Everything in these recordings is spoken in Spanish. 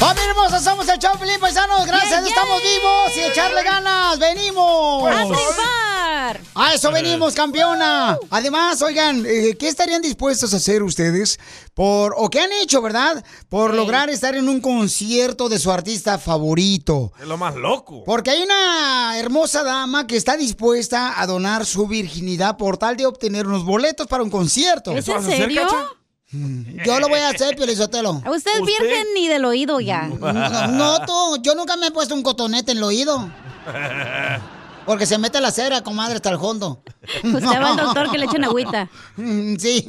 ¡Familia hermosa! Somos el Choplin Paisanos. Gracias, Yeah, yeah. estamos vivos y echarle ganas. ¡Venimos! ¡A triunfar! ¡A eso venimos, campeona! Además, oigan, eh, ¿qué estarían dispuestos a hacer ustedes por, o qué han hecho, verdad? Por lograr estar en un concierto de su artista favorito. Es lo más loco. Porque hay una hermosa dama que está dispuesta a donar su virginidad por tal de obtener unos boletos para un concierto. ¿Es en serio? Yo lo voy a hacer, Piolizotelo. Usted, es virgen ni del oído ya. No, no, tú, yo nunca me he puesto un cotonete en el oído. Porque se mete la cera, comadre, hasta el fondo. Usted Pues va al doctor que le echen agüita. Mm, Sí.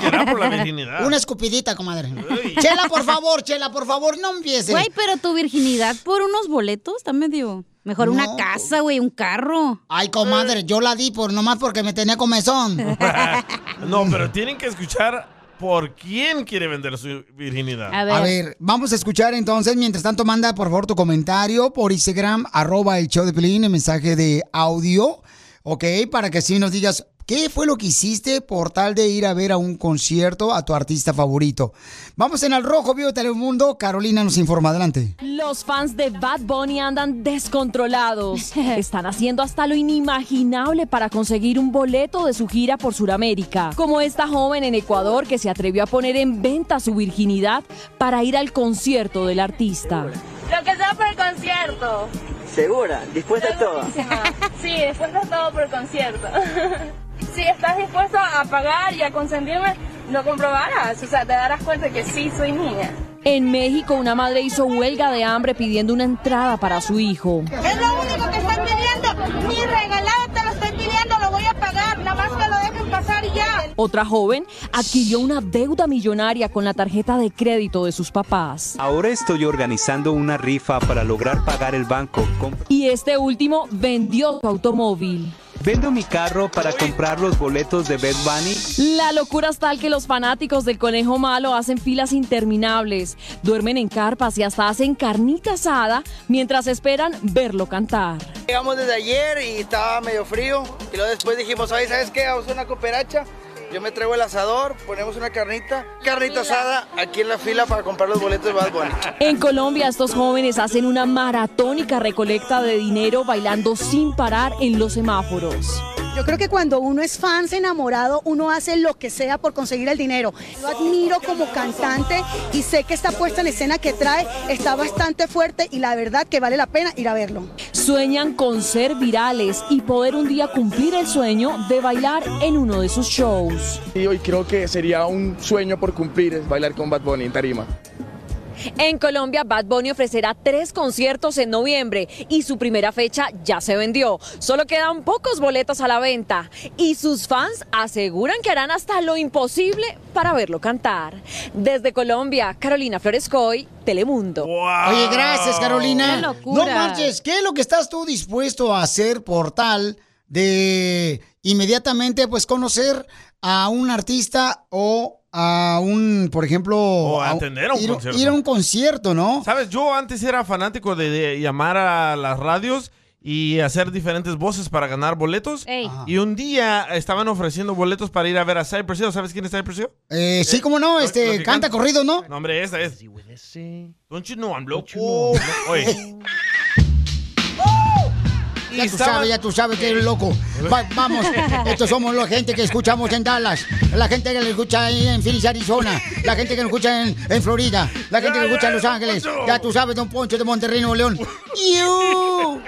será por la virginidad? Una escupidita, comadre. Chela, por favor, Chela, por favor, no empieces. Güey, pero tu virginidad por unos boletos está medio... Mejor No. una casa, güey, un carro. Ay, comadre, yo la di por nomás porque me tenía comezón. no, pero tienen que escuchar por quién quiere vender su virginidad. A ver, vamos a escuchar entonces. Mientras tanto, manda por favor tu comentario por Instagram, arroba el show de Pelín, el mensaje de audio, ¿ok? Para que así nos digas qué fue lo que hiciste por tal de ir a ver a un concierto a tu artista favorito. Vamos en Al Rojo Vivo de Telemundo. Carolina nos informa. Adelante. Los fans de Bad Bunny andan descontrolados. Están haciendo hasta lo inimaginable para conseguir un boleto de su gira por Sudamérica. Como esta joven en Ecuador que se atrevió a poner en venta su virginidad para ir al concierto del artista. Lo que sea por el concierto. Segura, dispuesta a todo. Sí, después de todo por el concierto. Si estás dispuesto a pagar y a consentirme, lo comprobarás. O sea, te darás cuenta que sí soy niña. En México, una madre hizo huelga de hambre pidiendo una entrada para su hijo. Es lo único que estoy pidiendo. Ni regalado te lo estoy pidiendo, lo voy a pagar. Nada más me lo dejen pasar y ya. Otra joven adquirió una deuda millonaria con la tarjeta de crédito de sus papás. Ahora estoy organizando una rifa para lograr pagar el banco. Com- Y este último vendió su automóvil. Vendo mi carro para comprar los boletos de Bed Bunny. La locura es tal que los fanáticos del conejo malo hacen filas interminables, duermen en carpas y hasta hacen carnita asada mientras esperan verlo cantar. Llegamos desde ayer y estaba medio frío. Y luego después dijimos, ay, ¿sabes qué? Vamos a una cooperacha. Yo me traigo el asador, ponemos una carnita, carnita asada aquí en la fila para comprar los boletos de Bad Bunny. En Colombia estos jóvenes hacen una maratónica recolecta de dinero bailando sin parar en los semáforos. Yo creo que cuando uno es fan enamorado, uno hace lo que sea por conseguir el dinero. Lo admiro como cantante y sé que esta puesta en escena que trae está bastante fuerte y la verdad que vale la pena ir a verlo. Sueñan con ser virales y poder un día cumplir el sueño de bailar en uno de sus shows. Y hoy creo que sería un sueño por cumplir es bailar con Bad Bunny en Tarima. En Colombia, Bad Bunny ofrecerá tres conciertos en noviembre y su primera fecha ya se vendió. Solo quedan pocos boletos a la venta y sus fans aseguran que harán hasta lo imposible para verlo cantar. Desde Colombia, Carolina Florescoy, Telemundo. Oye, gracias, Carolina. ¡Qué No locura! marches, ¿qué es lo que estás tú dispuesto a hacer por tal de inmediatamente pues conocer a un artista o a un, por ejemplo, O atender a un ir, concierto. ir a un concierto, ¿no? ¿Sabes? Yo antes era fanático de, de llamar a las radios y hacer diferentes voces para ganar boletos. Ey. Ajá. Y un día estaban ofreciendo boletos para ir a ver a Cypress Hill. ¿Sabes quién es Cypress Hill? Eh, sí, cómo no, lo este que canta canta. corrido, ¿no? No, hombre, esa es. Don't you know I'm loco? Oye. ya tú sabes, ya tú sabes que eres loco. Va- vamos, estos somos la gente que escuchamos en Dallas, la gente que nos escucha ahí en Phoenix, Arizona, la gente que nos escucha en, en Florida, la gente que nos escucha en Los Ángeles. Ya tú sabes, don Poncho de Monterrey, Nuevo León. ¡Iu!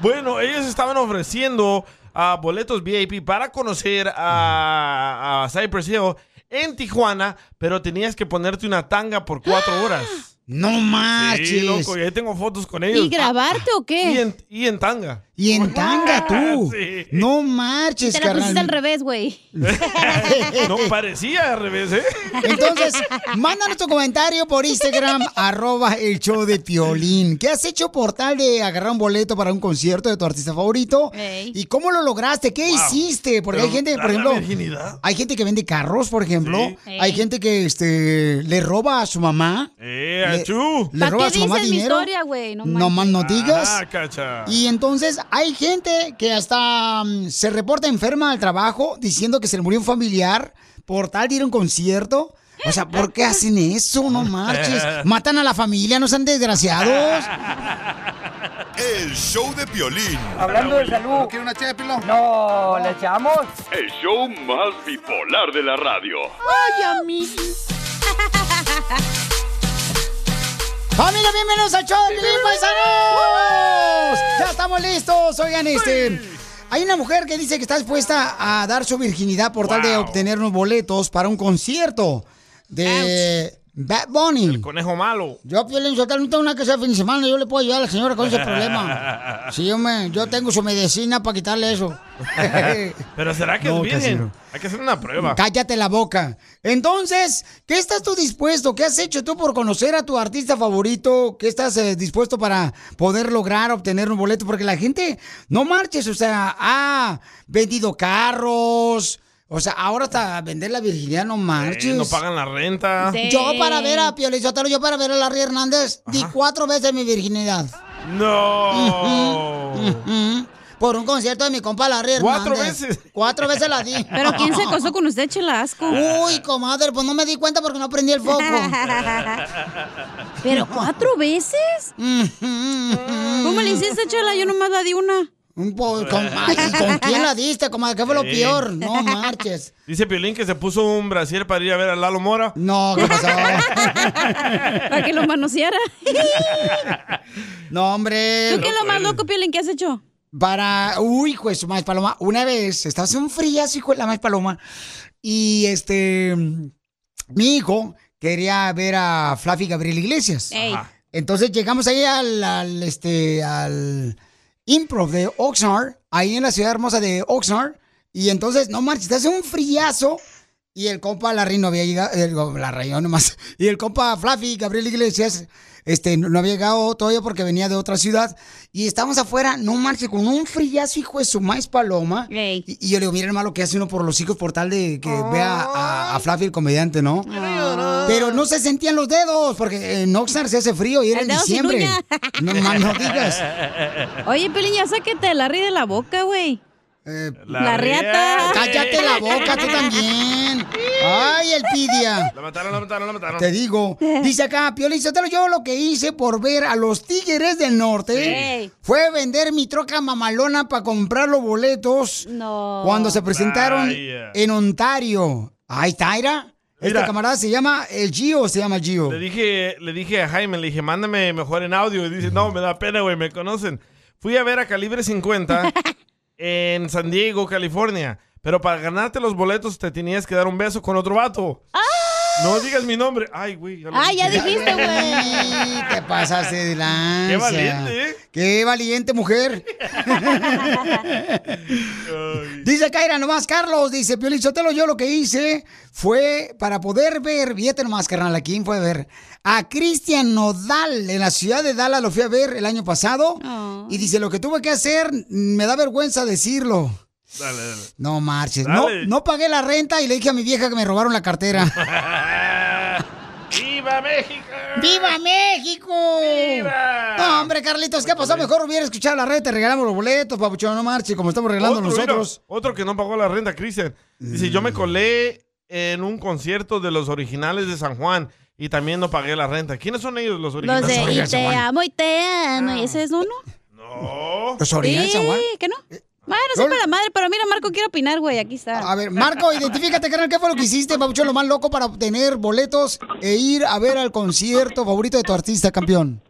Bueno, ellos estaban ofreciendo ah, boletos VIP para conocer a, a Cypress Hill en Tijuana, pero tenías que ponerte una tanga por cuatro horas. No marches. Sí, loco, y ahí tengo fotos con ellos. Ah, ¿Y grabarte o Y qué? en, y en tanga. Y en tanga tú. Sí. No marches, Te la carnal. pusiste al revés, güey. No parecía al revés, ¿eh? Entonces, mándanos tu comentario por Instagram, arroba el show de Piolín. ¿Qué has hecho por tal de agarrar un boleto para un concierto de tu artista favorito? Ey. ¿Y cómo lo lograste? ¿Qué hiciste? Porque hay Pero gente, da por la ejemplo, virginidad. hay gente que vende carros, por ejemplo. Sí. Hay Ey. gente que este, le roba a su mamá. ¡Eh, Le- achú! le roba a su mamá dices mi dinero. historia, güey? No No más no digas. Ah, cacha. Y entonces hay gente que hasta mm, se reporta enferma al trabajo diciendo que se le murió un familiar por tal de ir a un concierto. O sea, ¿por qué hacen eso? No marches. Matan a la familia, no sean desgraciados. El show de Piolín. Hablando de salud. ¿No una chépilo? No, ¿le echamos? El show más bipolar de la radio. ¡Ay, amiguis! ¡Familia, bienvenidos al show de Piolín, Paisanos! ¡Ya estamos listos! Oigan, este... Hay una mujer que dice que está dispuesta a dar su virginidad por tal de Wow. obtener unos boletos para un concierto de Bad Bunny. Conejo malo. Yo, Piolín, yo no tengo una que sea fin de semana, yo le puedo ayudar a la señora con ese problema. Sí, hombre, yo tengo su medicina para quitarle eso. Pero será que No, es virgen? Casimiro. Hay que hacer una prueba. Cállate la boca. Entonces, ¿qué estás tú dispuesto? ¿Qué has hecho tú por conocer a tu artista favorito? ¿Qué estás eh, dispuesto para poder lograr obtener un boleto? Porque la gente, no marches, o sea, ha vendido carros. O sea, ahora hasta vender la virginidad no marches. Eh, no pagan la renta. Yo para ver a Pio Lizotero, yo para ver a Larry Hernández, di cuatro veces mi virginidad. Oh. No. Mm, Por un concierto de mi compa Larry Hernández. ¿Cuatro veces? Cuatro veces la di. Pero ¿quién se casó con usted, chela asco? Uy, comadre, pues no me di cuenta porque no prendí el foco. ¿Pero cuatro veces? ¿Cómo le hiciste, chela? Yo nomás la di una. comadre, ¿con quién la diste, comadre? ¿Qué fue lo Sí. peor? No marches. Dice Piolín que se puso un brasier para ir a ver a Lalo Mora. No, ¿qué pasó? Para que lo manoseara. No, hombre. ¿Tú qué es lo más loco, Piolín, que has hecho? Para, uy, hijo de su madre, Paloma, una vez, estás en un fríazo, hijo de la madre, Paloma, y este, mi hijo quería ver a Fluffy Gabriel Iglesias. Ey. Ajá. Entonces llegamos ahí al, al, este, al improv de Oxnard, ahí en la ciudad hermosa de Oxnard, y entonces, no marches, estás en un frillazo, y el compa Larry no había llegado, el, oh, la rayó nomás. Y el compa Fluffy, Gabriel Iglesias, este, no había llegado todavía porque venía de otra ciudad. Y estábamos afuera, no marche, con un frillazo, hijo de su maíz paloma. Y, y yo le digo, mira hermano, que hace uno por los hijos por tal de que vea a, a Fluffy el comediante, ¿no? Pero no se sentían los dedos, porque en Oxnard se hace frío y era El en dedo sin diciembre. uña. No, ma- no digas. Oye, Piolín, ya sáquete la ri de la boca, güey. La, riata. Cállate la boca, tú también. Ay, el pidia. La mataron, la mataron, la mataron. Te digo, dice acá, Piolín Sotelo, yo lo que hice por ver a los Tigres del Norte Sí. fue vender mi troca mamalona para comprar los boletos No. cuando se presentaron Vaya. en Ontario. Ay, Taira, Mira. este camarada se llama el Gio, se llama Gio. Le dije, le dije a Jaime, le dije, mándame mejor en audio. Y dice, no, me da pena, güey, me conocen. Fui a ver a Calibre 50 en San Diego, California. Pero para ganarte los boletos te tenías que dar un beso con otro vato. ¡Ah! No digas mi nombre. Ay, güey. lo Ah, ya dije. dijiste, güey. Te pasaste de lanza. Qué valiente, ¿eh? Qué valiente mujer. dice Kaira nomás, Carlos, dice, Piolín Sotelo, yo lo que hice fue para poder ver, fíjate nomás, carnal, ¿a quién fue ver? A Cristian Nodal, en la ciudad de Dallas, lo fui a ver el año pasado. Y dice, lo que tuve que hacer, me da vergüenza decirlo. Dale, dale. No marches, no, Dale. no pagué la renta y le dije a mi vieja que me robaron la cartera. ¡Viva México! ¡Viva México! ¡Viva! No, hombre, Carlitos, ¿qué pasó? Mejor hubiera escuchado la red, te regalamos los boletos, papuchón, no marche, como estamos regalando Otro, nosotros. mira, otro que no pagó la renta, Cristian. Dice, yo me colé en un concierto de los originales de San Juan y también no pagué la renta. ¿Quiénes son ellos los Los originales? de y te amo y te amo. ¿Ese es uno? Los originales Sí, San Juan. ¿qué no? Bueno, soy para la madre, pero mira, Marco quiere opinar, güey, aquí está. Eh, A ver, Marco, identifícate, carnal, ¿qué fue lo que hiciste, Pabuchón, lo más loco para obtener boletos e ir a ver al concierto favorito de tu artista, campeón?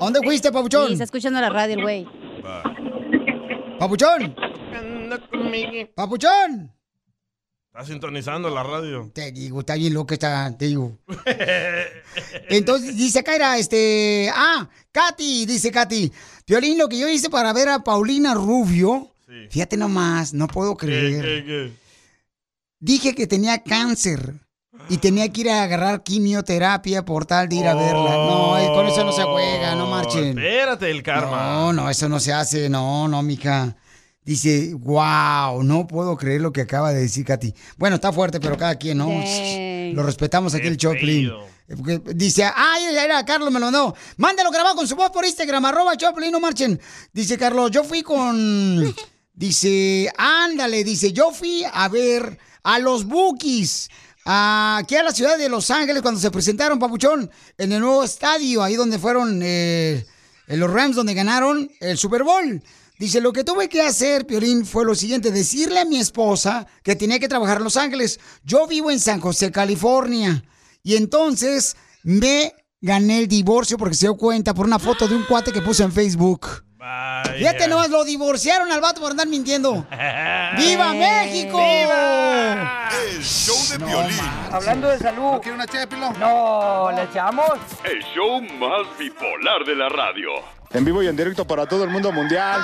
¿A dónde fuiste, Sí, Pabuchón? está escuchando la radio el güey. Pabuchón. Pabuchón. Está sintonizando la radio. Te digo, está bien loco está, te digo. Entonces dice Kaira, este. Ah, Katy, dice Katy. Violín, lo que yo hice para ver a Paulina Rubio. Fíjate nomás, no puedo creer. Dije que tenía cáncer y tenía que ir a agarrar quimioterapia por tal de ir a verla. No, eh, con eso no se juega, no marchen. Espérate, el karma. No, no, eso no se hace, no, no, mija. Dice, wow, no puedo creer lo que acaba de decir Katy. Bueno, está fuerte, pero cada quien, ¿no? Dang. Lo respetamos aquí el Choplin. feo. Eh, porque Dice, ay, era Carlos, me lo mandó. Mándalo grabado con su voz por Instagram, arroba Choplin, no marchen. Dice Carlos, yo fui con. Dice, ándale, dice, yo fui a ver a los Bookies. Aquí a la ciudad de Los Ángeles cuando se presentaron, Papuchón, en el nuevo estadio, ahí donde fueron eh, en los Rams, donde ganaron el Super Bowl. Dice, lo que tuve que hacer, Piolín, fue lo siguiente, decirle a mi esposa que tenía que trabajar en Los Ángeles. Yo vivo en San José, California. Y entonces me gané el divorcio porque se dio cuenta por una foto de un cuate que puse en Facebook. Fíjate nomás, lo divorciaron al vato por andar mintiendo. ¡Viva México! El show de violín. Hablando de salud. ¿No quiere una ché No, ¿le echamos? El show más bipolar de la radio. En vivo y en directo para todo el mundo mundial.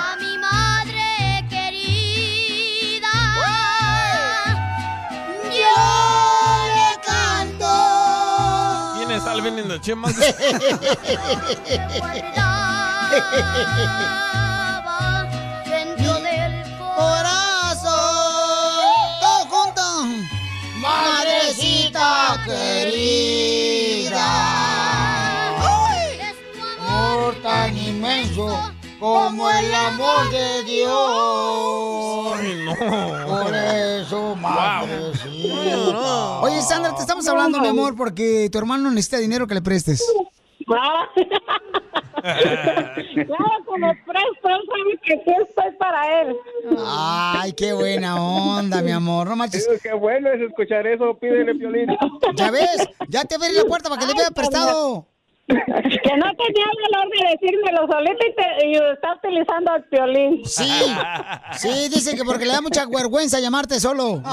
Yo le canto. ¿Quién es Alvin in the Chipmunks? Guardaba dentro del corazón. ¡Todo junto! Madrecita querida. Amor tan inmenso como el amor de Dios. Por eso, madrecita. Oye, Sandra, te estamos hablando, mi amor, porque tu hermano necesita dinero que le prestes. Claro, como presto, él sabe que sí estoy para él. Ay, qué buena onda, mi amor. No manches. Qué bueno es escuchar eso, pídele violín. Ya ves, ya te abrí la puerta para que le vea prestado. Que no tenía valor de decírmelo solito y, te, y está utilizando al violín. Sí, sí, dice que porque le da mucha vergüenza llamarte solo.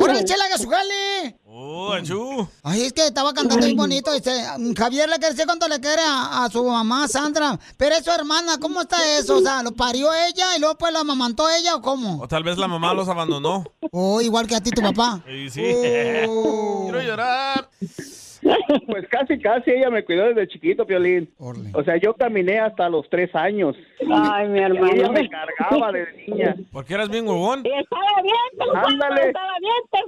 ¡Órale, chela, haga su jale! ¡Oh, achú! Ay, es que estaba cantando bien bonito. Este, Javier le quiere decir cuánto le quiere a, a su mamá, Sandra. Pero es su hermana, ¿cómo está eso? O sea, ¿lo parió ella y luego pues la amamantó ella o cómo? O tal vez la mamá los abandonó. O igual que a ti tu papá. Sí, sí. Oh. Quiero llorar. Pues casi, casi ella me cuidó desde chiquito, Piolín. O sea, yo caminé hasta los tres años. Ay, mi hermano. Ella me cargaba desde niña. Porque eras bien huevón. Y estaba bien pesado, Ándale. estaba bien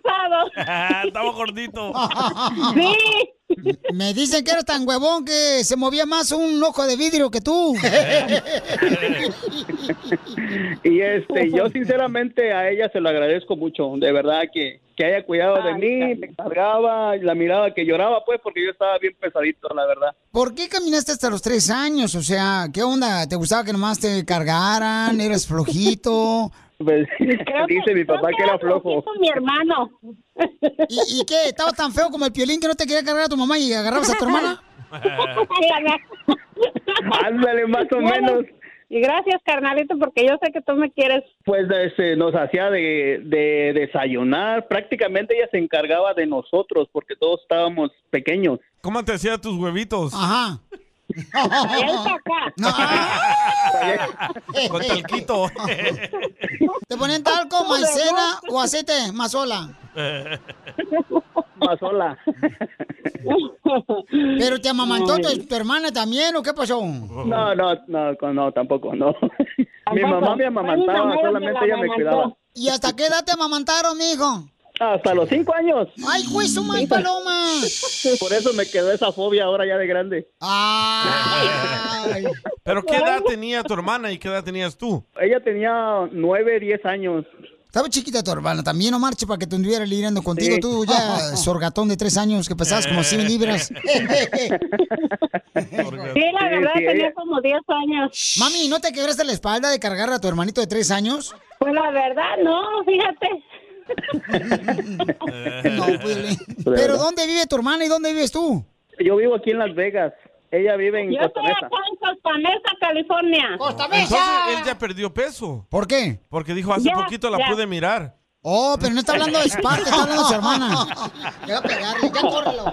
pesado. Ah, Estaba gordito. Sí. Me dicen que eres tan huevón que se movía más un ojo de vidrio que tú. Y este, yo sinceramente a ella se lo agradezco mucho, de verdad que, que haya cuidado de mí, me cargaba, la miraba que lloraba pues porque yo estaba bien pesadito, la verdad. ¿Por qué caminaste hasta los tres años? O sea, ¿qué onda? ¿Te gustaba que nomás te cargaran? ¿Eras flojito? Pues, Dice mi papá que era flojo. mi hermano. ¿Y, y qué? ¿Estaba tan feo como el piolín que no te quería cargar a tu mamá y agarrabas a tu hermana? Ándale, más o menos. Y gracias, carnalito, porque yo sé que tú me quieres. Pues este, nos hacía de, de desayunar, prácticamente ella se encargaba de nosotros porque todos estábamos pequeños. ¿Cómo te hacía tus huevitos? Ajá. Con talquito. ¿Te ponían talco, maicena o aceite mazola? Mazola. ¿Pero te amamantó tu, tu hermana también o qué pasó? No, no, no, con- no, tampoco, no. Mi mamá me amamantaba, solamente ella me cuidaba. ¿Y hasta qué edad te amamantaron, mijo? Hasta los cinco años. ¡Ay, güey, su mal paloma! Por eso me quedó esa fobia ahora ya de grande. Ah, ¿Pero qué edad tenía tu hermana y qué edad tenías tú? Ella tenía nueve, diez años. Estaba chiquita tu hermana también, no marche para que te anduviera lidiando contigo. Sí. Tú ya, sorgatón de tres años que pesabas como 100 libras. Sí, la verdad tenía como 10 años. Mami, ¿no te quebraste la espalda de cargar a tu hermanito de tres años? Pues la verdad, no, fíjate. pues, Pero ¿dónde vive tu hermana y dónde vives tú? Yo vivo aquí en Las Vegas. Ella vive Yo estoy acá en Costa Mesa, California. ¡Costa Entonces él ya perdió peso. ¿Por qué? Porque dijo, hace Ya, poquito la ya. pude mirar. Oh, pero no está hablando de Spark, está hablando de su hermana. Le va a pegarle, ya córrelo.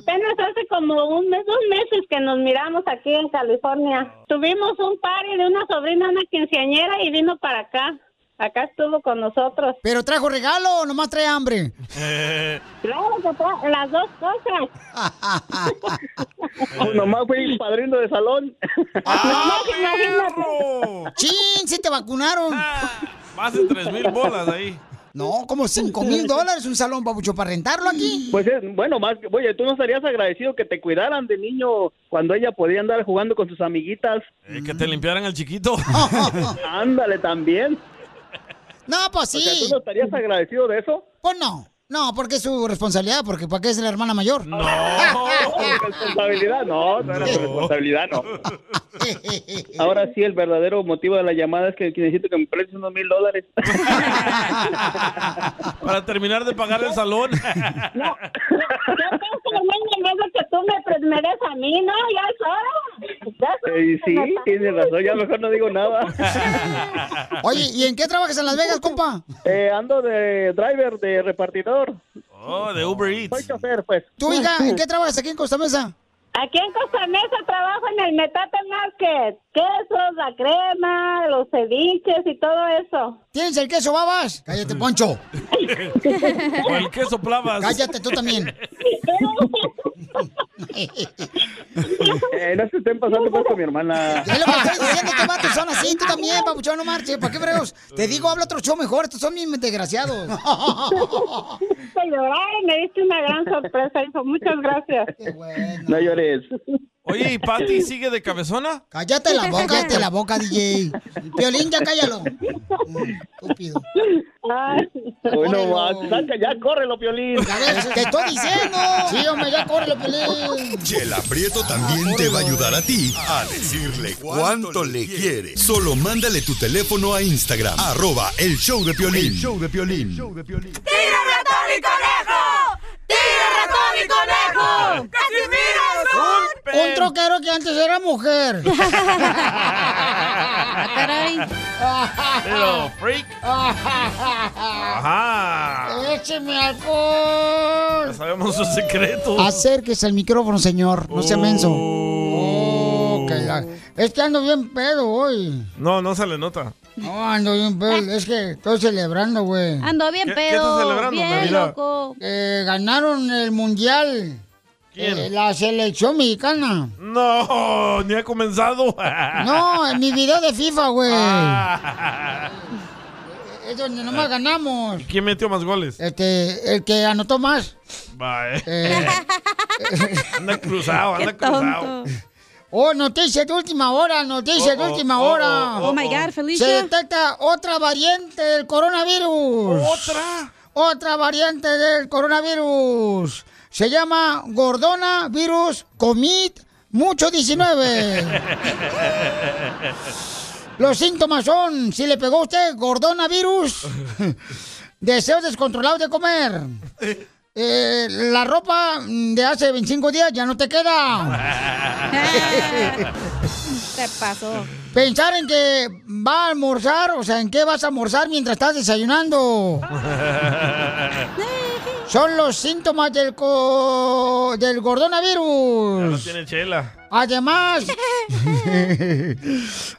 Apenas hace como un mes, dos meses que nos miramos aquí en California. Tuvimos un party de una sobrina, una quinceañera, y vino para acá. Acá estuvo con nosotros. ¿Pero trajo regalo o nomás trae hambre? Claro que tra- las dos cosas. Nomás fui padrino de salón. Ah, Ah, pues, ¡Chin! ¡Sí te vacunaron! Ah, Más de tres mil bolas ahí. No, como cinco mil dólares un salón, papucho, para rentarlo aquí. Pues es, bueno, más que, oye, tú no estarías agradecido que te cuidaran de niño cuando ella podía andar jugando con sus amiguitas. Eh, que te limpiaran el chiquito. Ándale también. No, pues sí. O sea, ¿tú no estarías agradecido de eso? Pues no. No, porque es su responsabilidad, porque ¿para qué es la hermana mayor? No. Responsabilidad, no, no era tu responsabilidad, no. Ahora sí, el verdadero motivo de la llamada es que necesito que me prestes unos mil dólares. Para terminar de pagar el salón. Yo pienso lo mismo en vez de que tú me pre- me des a mí, ¿no? Ya es hora. Ya es hora Eh, que me sí, tienes razón, ya mejor no digo nada. Oye, ¿y en qué trabajas en Las Vegas, compa? Eh, ando de driver, de repartidor. Oh, de Uber Soy Eats. chofer, pues. ¿Tú, hija, en qué trabajas aquí en Costa Mesa? Aquí en Costa Mesa trabajo en el Metate Market. Quesos, la crema, los ceviches y todo eso. ¿Tienes el queso, babas? Mm. Cállate, Poncho. O el que soplabas. Cállate tú también. Eh, no se estén pasando pues con mi hermana. Es lo que estoy diciendo, estos vatos son así, tú también, papuchón, no marches. ¿Para qué fregos? Te digo, habla otro show mejor, estos son mis desgraciados. Te llorar, me diste una gran sorpresa, hijo. Muchas gracias. No llores. Oye, ¿y Patty sigue de cabezona? Cállate la boca, cállate la boca, DJ. Violín, ya cállalo. Hoy no más. Saca ya, córrelo, Piolín. Te estoy diciendo. Sí, hombre, ya córrelo, Piolín. Chela Prieto también te va a ayudar a ti a decirle cuánto le quiere. Solo mándale tu teléfono a Instagram, arroba el show de Piolín. show de Piolín. ¡Tira ratón y conejo! ¡Tira ratón y conejo! ¡Casimiro Un troquero que antes era mujer. Ah, Caray. Pero, freak. Ajá. Écheme alcohol. Ya sabemos sus secretos. Acérquese al micrófono, señor. No sea menso. Oh, que la- Es que ando bien pedo hoy. No, no se le nota. No, ando bien pedo. Es que estoy celebrando, güey. Ando bien ¿Qué- qué pedo. estás celebrando, bien, Navidad? loco. Eh, ganaron el mundial. ¿Quién? Mm. Eh, la selección mexicana. No, ni ha comenzado. No, en mi video de FIFA, güey. Ah. Es donde nomás ganamos. ¿Quién metió más goles? Este, el que anotó más. Bye. Eh. anda cruzado, Qué anda cruzado. Oh, noticia de última hora, noticia Oh, de oh, última oh, hora. oh, oh, Oh my God, Felicia. Se detecta otra variante del coronavirus. ¿Otra? Otra variante del coronavirus. Se llama Gordona Virus Comid Mucho 19. Los síntomas son, si le pegó a usted Gordona Virus, deseos descontrolados de comer. Eh, la ropa mm, de hace 25 días ya no te queda. Te pasó. Pensar en que va a almorzar, o sea, en qué vas a almorzar mientras estás desayunando. Son los síntomas del co- del Ya lo gordonavirus. tiene Chela. Además,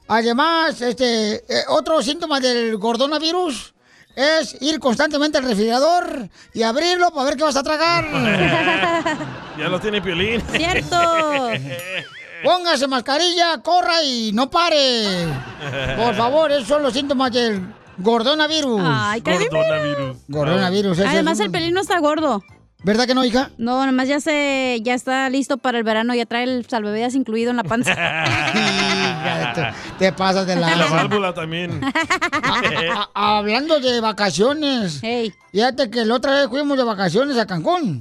además, este, eh, otro síntoma del gordonavirus es ir constantemente al refrigerador y abrirlo para ver qué vas a tragar. Ya lo tiene Piolín. Cierto. Póngase mascarilla, corra y no pare. Por favor, esos son los síntomas del gordonavirus. Ay, Casimiro. Coronavirus. Gordonavirus, ese Además, es un- el pelín no está gordo. ¿Verdad que no, hija? No, nomás ya se, ya está listo para el verano, ya trae el salvavidas incluido en la panza. Te pasas de la... Y la válvula también. A- a- Ah, Hablando de vacaciones. Fíjate que la otra vez fuimos de vacaciones a Cancún.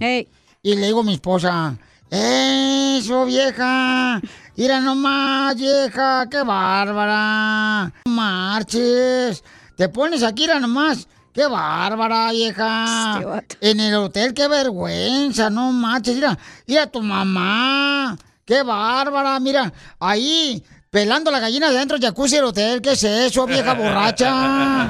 Y le digo a mi esposa, eso vieja, mira nomás vieja, qué bárbara. No Marches, te pones aquí, mira nomás. ¡Qué bárbara, vieja! En el hotel, qué vergüenza, no manches. Mira, mira tu mamá. ¡Qué bárbara! Mira, ahí, pelando la gallina de dentro del jacuzzi del hotel. ¿Qué es eso, vieja borracha?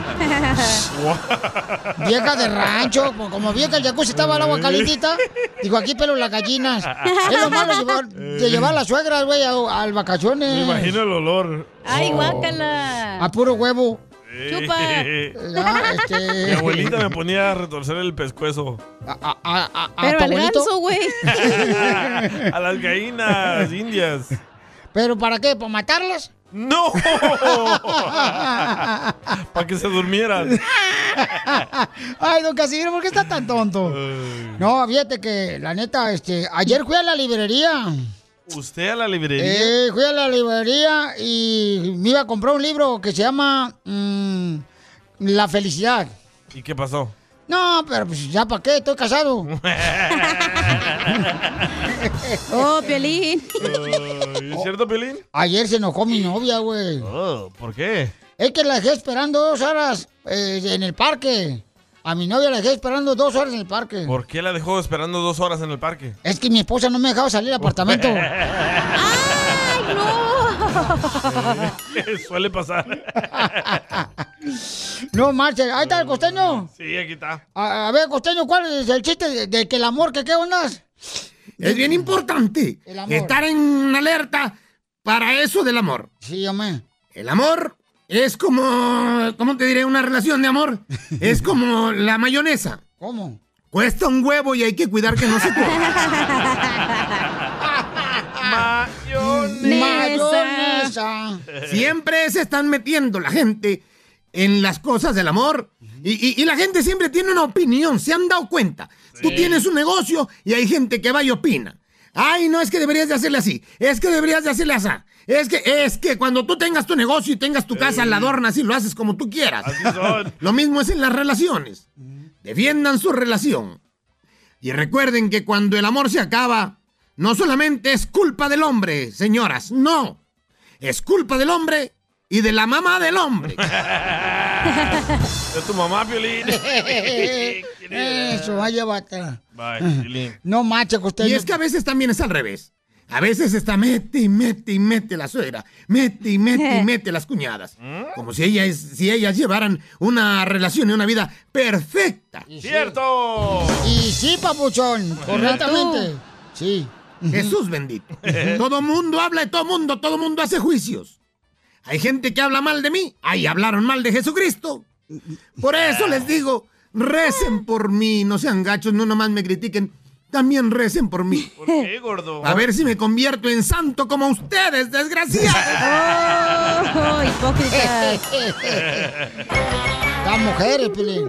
Vieja de rancho, como- como vio que el jacuzzi estaba el agua calentita, digo, aquí pelo las gallinas. Es lo malo de llevar, de llevar a las suegras, güey, a- al vacaciones. Me imagino el olor. Ay, guácala. A puro huevo. Chupa. Ah, Este. Mi este... abuelita me ponía a retorcer el pescuezo. Pero tu al abuelito? ganso, güey. a las gallinas indias. ¿Pero para qué? ¿Para matarlas? ¡No! Para que se durmieran. Ay, don Casimiro, ¿por qué está tan tonto? No, fíjate que, la neta, este, ayer fui a la librería. ¿Usted a la librería? Eh, fui a la librería y me iba a comprar un libro que se llama mm, La felicidad. ¿Y qué pasó? No, pero pues, ya para qué, estoy casado. oh, Piolín. Ay, ¿Es cierto, Pelín? Ayer se enojó mi novia, güey. Oh, ¿Por qué? Es que la dejé esperando dos horas eh, en el parque. A mi novia la dejé esperando dos horas en el parque. ¿Por qué la dejó esperando dos horas en el parque? Es que mi esposa no me dejaba salir del apartamento. Suele Ah, pasar. No marches. Ahí está el costeño. sí, aquí está. A, a ver, costeño, ¿cuál es el chiste de, de que el amor, que qué ondas? Es bien importante estar en alerta para eso del amor. Sí, hombre. El amor es como, ¿cómo te diré? Una relación de amor. Es como la mayonesa. ¿Cómo? Cuesta un huevo y hay que cuidar que no se coma. Mayonesa. Siempre se están metiendo la gente en las cosas del amor. Y, y- y la gente siempre tiene una opinión, se han dado cuenta. Tú tienes un negocio y hay gente que va y opina. Ay, no, es que deberías de hacerle así. Es que deberías de hacerle así. Es que, es que cuando tú tengas tu negocio y tengas tu casa, la adornas y lo haces como tú quieras. Lo mismo es en las relaciones. Defiendan su relación. Y recuerden que cuando el amor se acaba, no solamente es culpa del hombre, señoras, no. Es culpa del hombre y de la mamá del hombre. Es tu mamá, Piolín. Eso, vaya bata. Bye, Piolín. No manches, costeño. Y es que a veces también es al revés. A veces está mete y mete y mete la suegra, mete y mete y mete las cuñadas. ¿Mm? Como si ellas, si ellas llevaran una relación y una vida perfecta. ¡Cierto! Y sí, papuchón, correctamente. Sí. Jesús bendito. Todo mundo habla de todo mundo, todo mundo hace juicios. Hay gente que habla mal de mí. Ahí hablaron mal de Jesucristo. Por eso les digo, recen por mí, no sean gachos, no nomás me critiquen. También recen por mí. ¿Por qué, gordo? A ver si me convierto en santo como ustedes, desgraciados. Oh, hipócritas. Las mujeres, Pilín.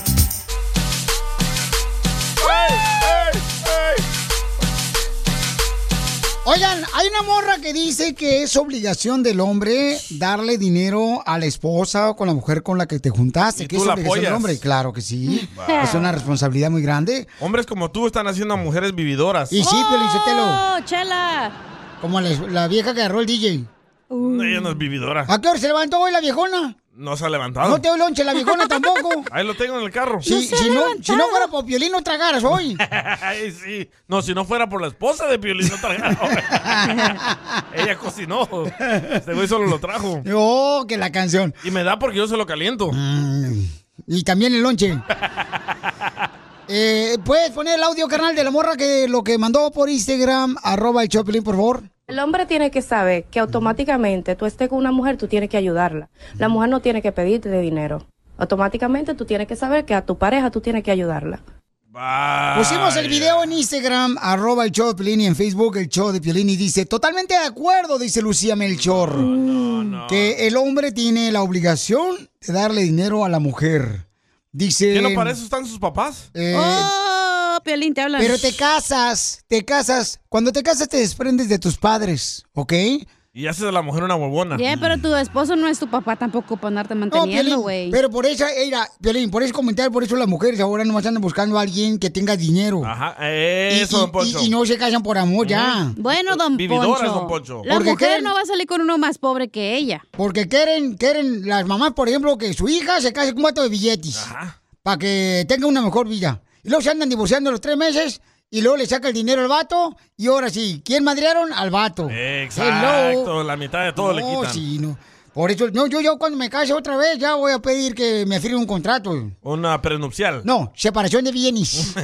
Oigan, hay una morra que dice que es obligación del hombre darle dinero a la esposa o con la mujer con la que te juntaste. ¿Y que tú es la obligación del apoyas? hombre, claro que sí. Wow. Es una responsabilidad muy grande. Hombres como tú están haciendo a mujeres vividoras. Y sí, Pelichotelo. ¡Oh, chela! Como la, la vieja que agarró el DJ. No, Ella no Ah. es vividora. ¿A qué hora se levantó hoy la viejona? No se ha Ah. No levantado. te doy lonche la viejona tampoco. Ahí lo tengo en el carro. Si, si no, si no fuera por Piolín, no tragaras hoy. Ay, sí. No, si no fuera por la esposa de Piolín, no tragara. Ella cocinó. Este güey solo lo trajo. Oh, que la canción. Y me da porque yo se lo caliento. Mm, Y también el lonche. Eh, ¿Puedes poner el audio, carnal, de la morra que lo que mandó por Instagram, arroba el Choplin, por favor? El hombre tiene que saber que automáticamente tú estés con una mujer, tú tienes que ayudarla. La mujer no tiene que pedirte de dinero. Automáticamente tú tienes que saber que a tu pareja tú tienes que ayudarla. Pusimos el video en Instagram, arroba el show de Piolín y en Facebook el show de Piolín y dice, totalmente de acuerdo, dice Lucía Melchor, que el hombre tiene la obligación de darle dinero a la mujer. Dice... ¿Qué no para eso están sus papás? Eh, Oh, Piolín, te hablan. Pero te casas, te casas. Cuando te casas te desprendes de tus padres, ¿ok? Y haces de la mujer una huevona. Yeah, pero tu esposo no es tu papá tampoco para andarte manteniendo, Piolín, güey. pero por eso, era, Piolín, por eso comentar, por eso las mujeres ahora nomás andan buscando a alguien que tenga dinero. Ajá, Y- eso, y- don Poncho. Y, y no se casan por amor ya. Bueno, don Vividoras, Poncho. don Poncho. La Porque mujer quieren- no va a salir con uno más pobre que ella. Porque quieren, quieren las mamás, por ejemplo, que su hija se case con un vato de billetes. Para que tenga una mejor vida. Y luego se andan divorciando a los tres meses y luego le saca el dinero al vato. Y ahora sí, ¿quién madrearon? Al vato. Exacto, la mitad de todo le No, quitan. sí, no. Por eso, no, yo, yo cuando me case otra vez ya voy a pedir que me firme un contrato. Una prenupcial. No, separación de bienes.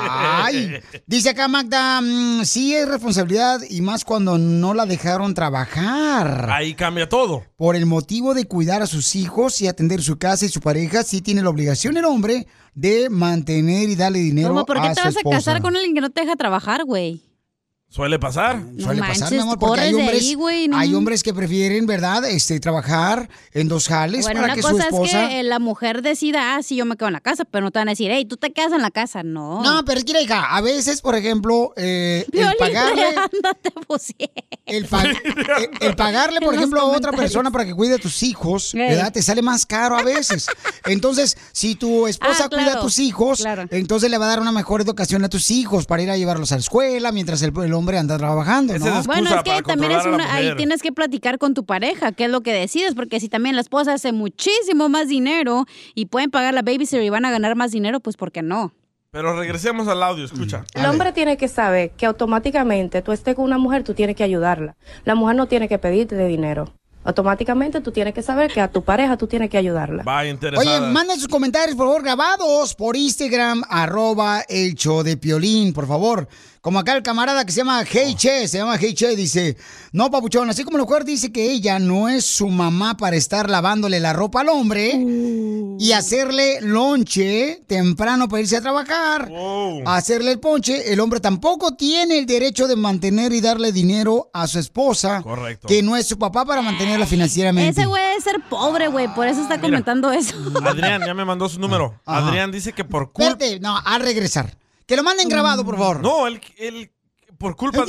Ay. Dice acá Magda, mm, sí es responsabilidad y más cuando no la dejaron trabajar. Ahí cambia todo. Por el motivo de cuidar a sus hijos y atender su casa y su pareja, sí tiene la obligación el hombre de mantener y darle dinero Como, ¿por qué a te su vas a esposa. casar con alguien que no te deja trabajar, güey? ¿Suele pasar? Mm. Suele pasar, mi manches, amor, porque hay corres de hombres, ahí, güey, no. hay hombres que prefieren, ¿verdad? Este, trabajar en dos jales Bueno, para una que cosa su esposa... es que eh, la mujer decida, ah, sí, yo me quedo en la casa, pero no te van a decir, hey, tú te quedas en la casa. No. No, pero es que, mira, hija, a veces, por ejemplo, eh, el Piolín, pagarle... no te pusieron. El, pa- el- el pagarle, por En los ejemplo, a otra comentarios. persona para que cuide a tus hijos, Ey. ¿verdad? Te sale más caro a veces. Entonces, si tu esposa Ah, cuida a claro, tus hijos, claro. entonces le va a dar una mejor educación a tus hijos para ir a llevarlos a la escuela mientras el, el hombre anda trabajando, ¿no? Bueno, es que también es una, ahí tienes que platicar con tu pareja, qué es lo que decides, porque si también la esposa hace muchísimo más dinero y pueden pagar la babysitter y van a ganar más dinero, pues ¿por qué no? Pero regresemos al audio, escucha. Mm. El hombre tiene que saber que automáticamente tú estés con una mujer, tú tienes que ayudarla. La mujer no tiene que pedirte de dinero. Automáticamente tú tienes que saber que a tu pareja tú tienes que ayudarla. Va, Oye, interesada. manden sus comentarios, por favor, grabados por Instagram, arroba el show de Piolín, por favor. Como acá el camarada que se llama Hey Che, se llama Hey Che, dice, no, papuchón, así como la mujer dice que ella no es su mamá para estar lavándole la ropa al hombre y hacerle lonche temprano para irse a trabajar, hacerle el ponche, el hombre tampoco tiene el derecho de mantener y darle dinero a su esposa, que no es su papá para mantenerla financieramente. Ese güey debe ser pobre, güey, por eso está comentando eso. Adrián ya me mandó su número. Ajá. Adrián dice que por culpa. Espérate, no, a regresar. Que lo manden grabado, por favor. No, él, él por culpa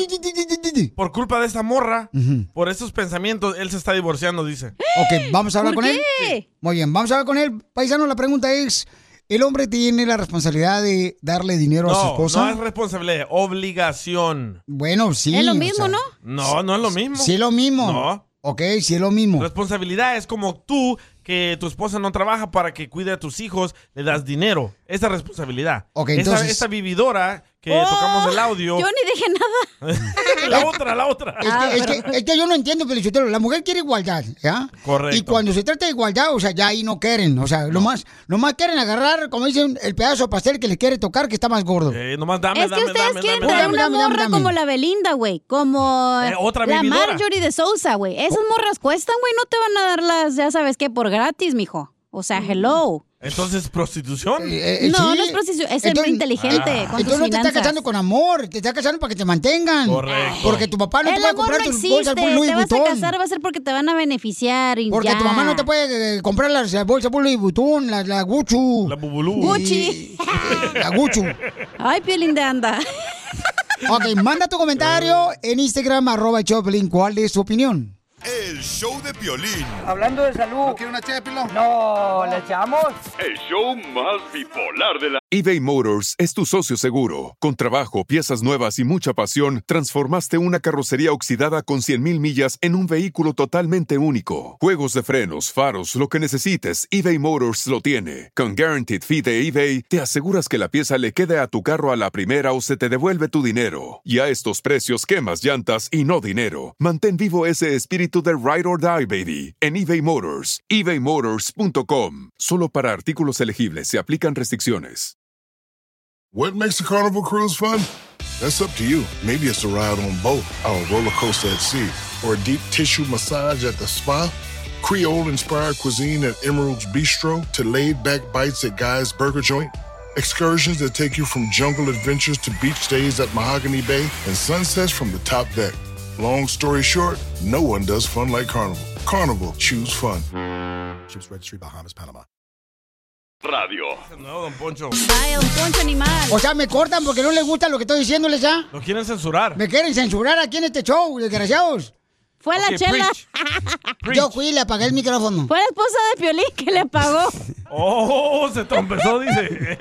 por culpa de esta morra, por esos pensamientos, él se está divorciando, dice. Ok, vamos a hablar ¿Por con qué? él. Muy bien, vamos a hablar con él. Paisano, la pregunta es, ¿el hombre tiene la responsabilidad de darle dinero a su No, esposa? no es responsabilidad, obligación. Bueno, sí. Es lo o mismo, ¿no? No, no es lo mismo. Sí es lo mismo. No. Ok, sí es lo mismo. Responsabilidad es como tú, que tu esposa no trabaja para que cuide a tus hijos, le das dinero. Esa es responsabilidad. Ok, Esa- entonces- Esa vividora que Oh, tocamos el audio. Yo ni dije nada. La otra, la otra. Es que, Ah. es que- es que yo no entiendo, Felicitero. La mujer quiere igualdad, ¿ya? Correcto. Y cuando se trata de igualdad, o sea, ya ahí no quieren. O sea, lo más, lo más quieren agarrar, como dicen, el pedazo de pastel que les quiere tocar, que está más gordo. Eh, nomás dame, es que dame, ustedes dame, quieren dame, tener dame. una morra como la Belinda, güey, como Eh, otra la vividora. Marjorie de Sousa, güey. Esas Oh. morras cuestan, güey, no te van a dar las, ya sabes qué, por gratis, mijo. O sea, Mm. hello. Entonces, prostitución. Eh, no, no es prostitución, es ser muy Ah. inteligente con tus Entonces no te estás finanzas. casando con amor, te estás casando para que te mantengan. Correcto. Porque tu papá no Eh, El te puede amor comprar no tus existe. bolsas por Louis te vas a Vuitton. casar va a ser porque te van a beneficiar y Porque ya. tu mamá no te puede eh, comprar las eh, bolsas por Louis Vuitton, la, la Gucci. La Bubulú. eh, Gucci. La Gucci. Ay, Piolín de anda. Ok, manda tu comentario en Instagram, arroba el Choplin. ¿Cuál es tu opinión? El show de Piolín. Hablando de salud. ¿No quiere una ché de pilón? No, ¿le echamos? El show más bipolar de la eBay Motors es tu socio seguro. Con trabajo, piezas nuevas y mucha pasión, transformaste una carrocería oxidada con 100.000 millas en un vehículo totalmente único. Juegos de frenos, faros, lo que necesites, eBay Motors lo tiene. Con Guaranteed Fee de eBay, te aseguras que la pieza le quede a tu carro a la primera o se te devuelve tu dinero. Y a estos precios, quemas llantas y no dinero. Mantén vivo ese espíritu de Ride or Die, baby, en eBay Motors. ebaymotors.com. Solo para artículos elegibles se aplican restricciones. What makes a carnival cruise fun? That's up to you. Maybe it's a ride on boat, a roller coaster at sea, or a deep tissue massage at the spa. Creole inspired cuisine at Emerald's Bistro to laid back bites at Guy's Burger Joint. Excursions that take you from jungle adventures to beach days at Mahogany Bay and sunsets from the top deck. Long story short, no one does fun like Carnival. Carnival, choose fun. Ships Registry, Bahamas, Panama. Radio. No, don Poncho. Vaya, un poncho animal. O sea, me cortan porque no les gusta lo que estoy diciéndoles ya. Lo quieren censurar. Me quieren censurar aquí en este show, desgraciados. Fue la Ok, chela. preach. Yo fui y le apagué el micrófono. Fue la esposa de Piolín que le pagó. Oh, se trompezó, dice.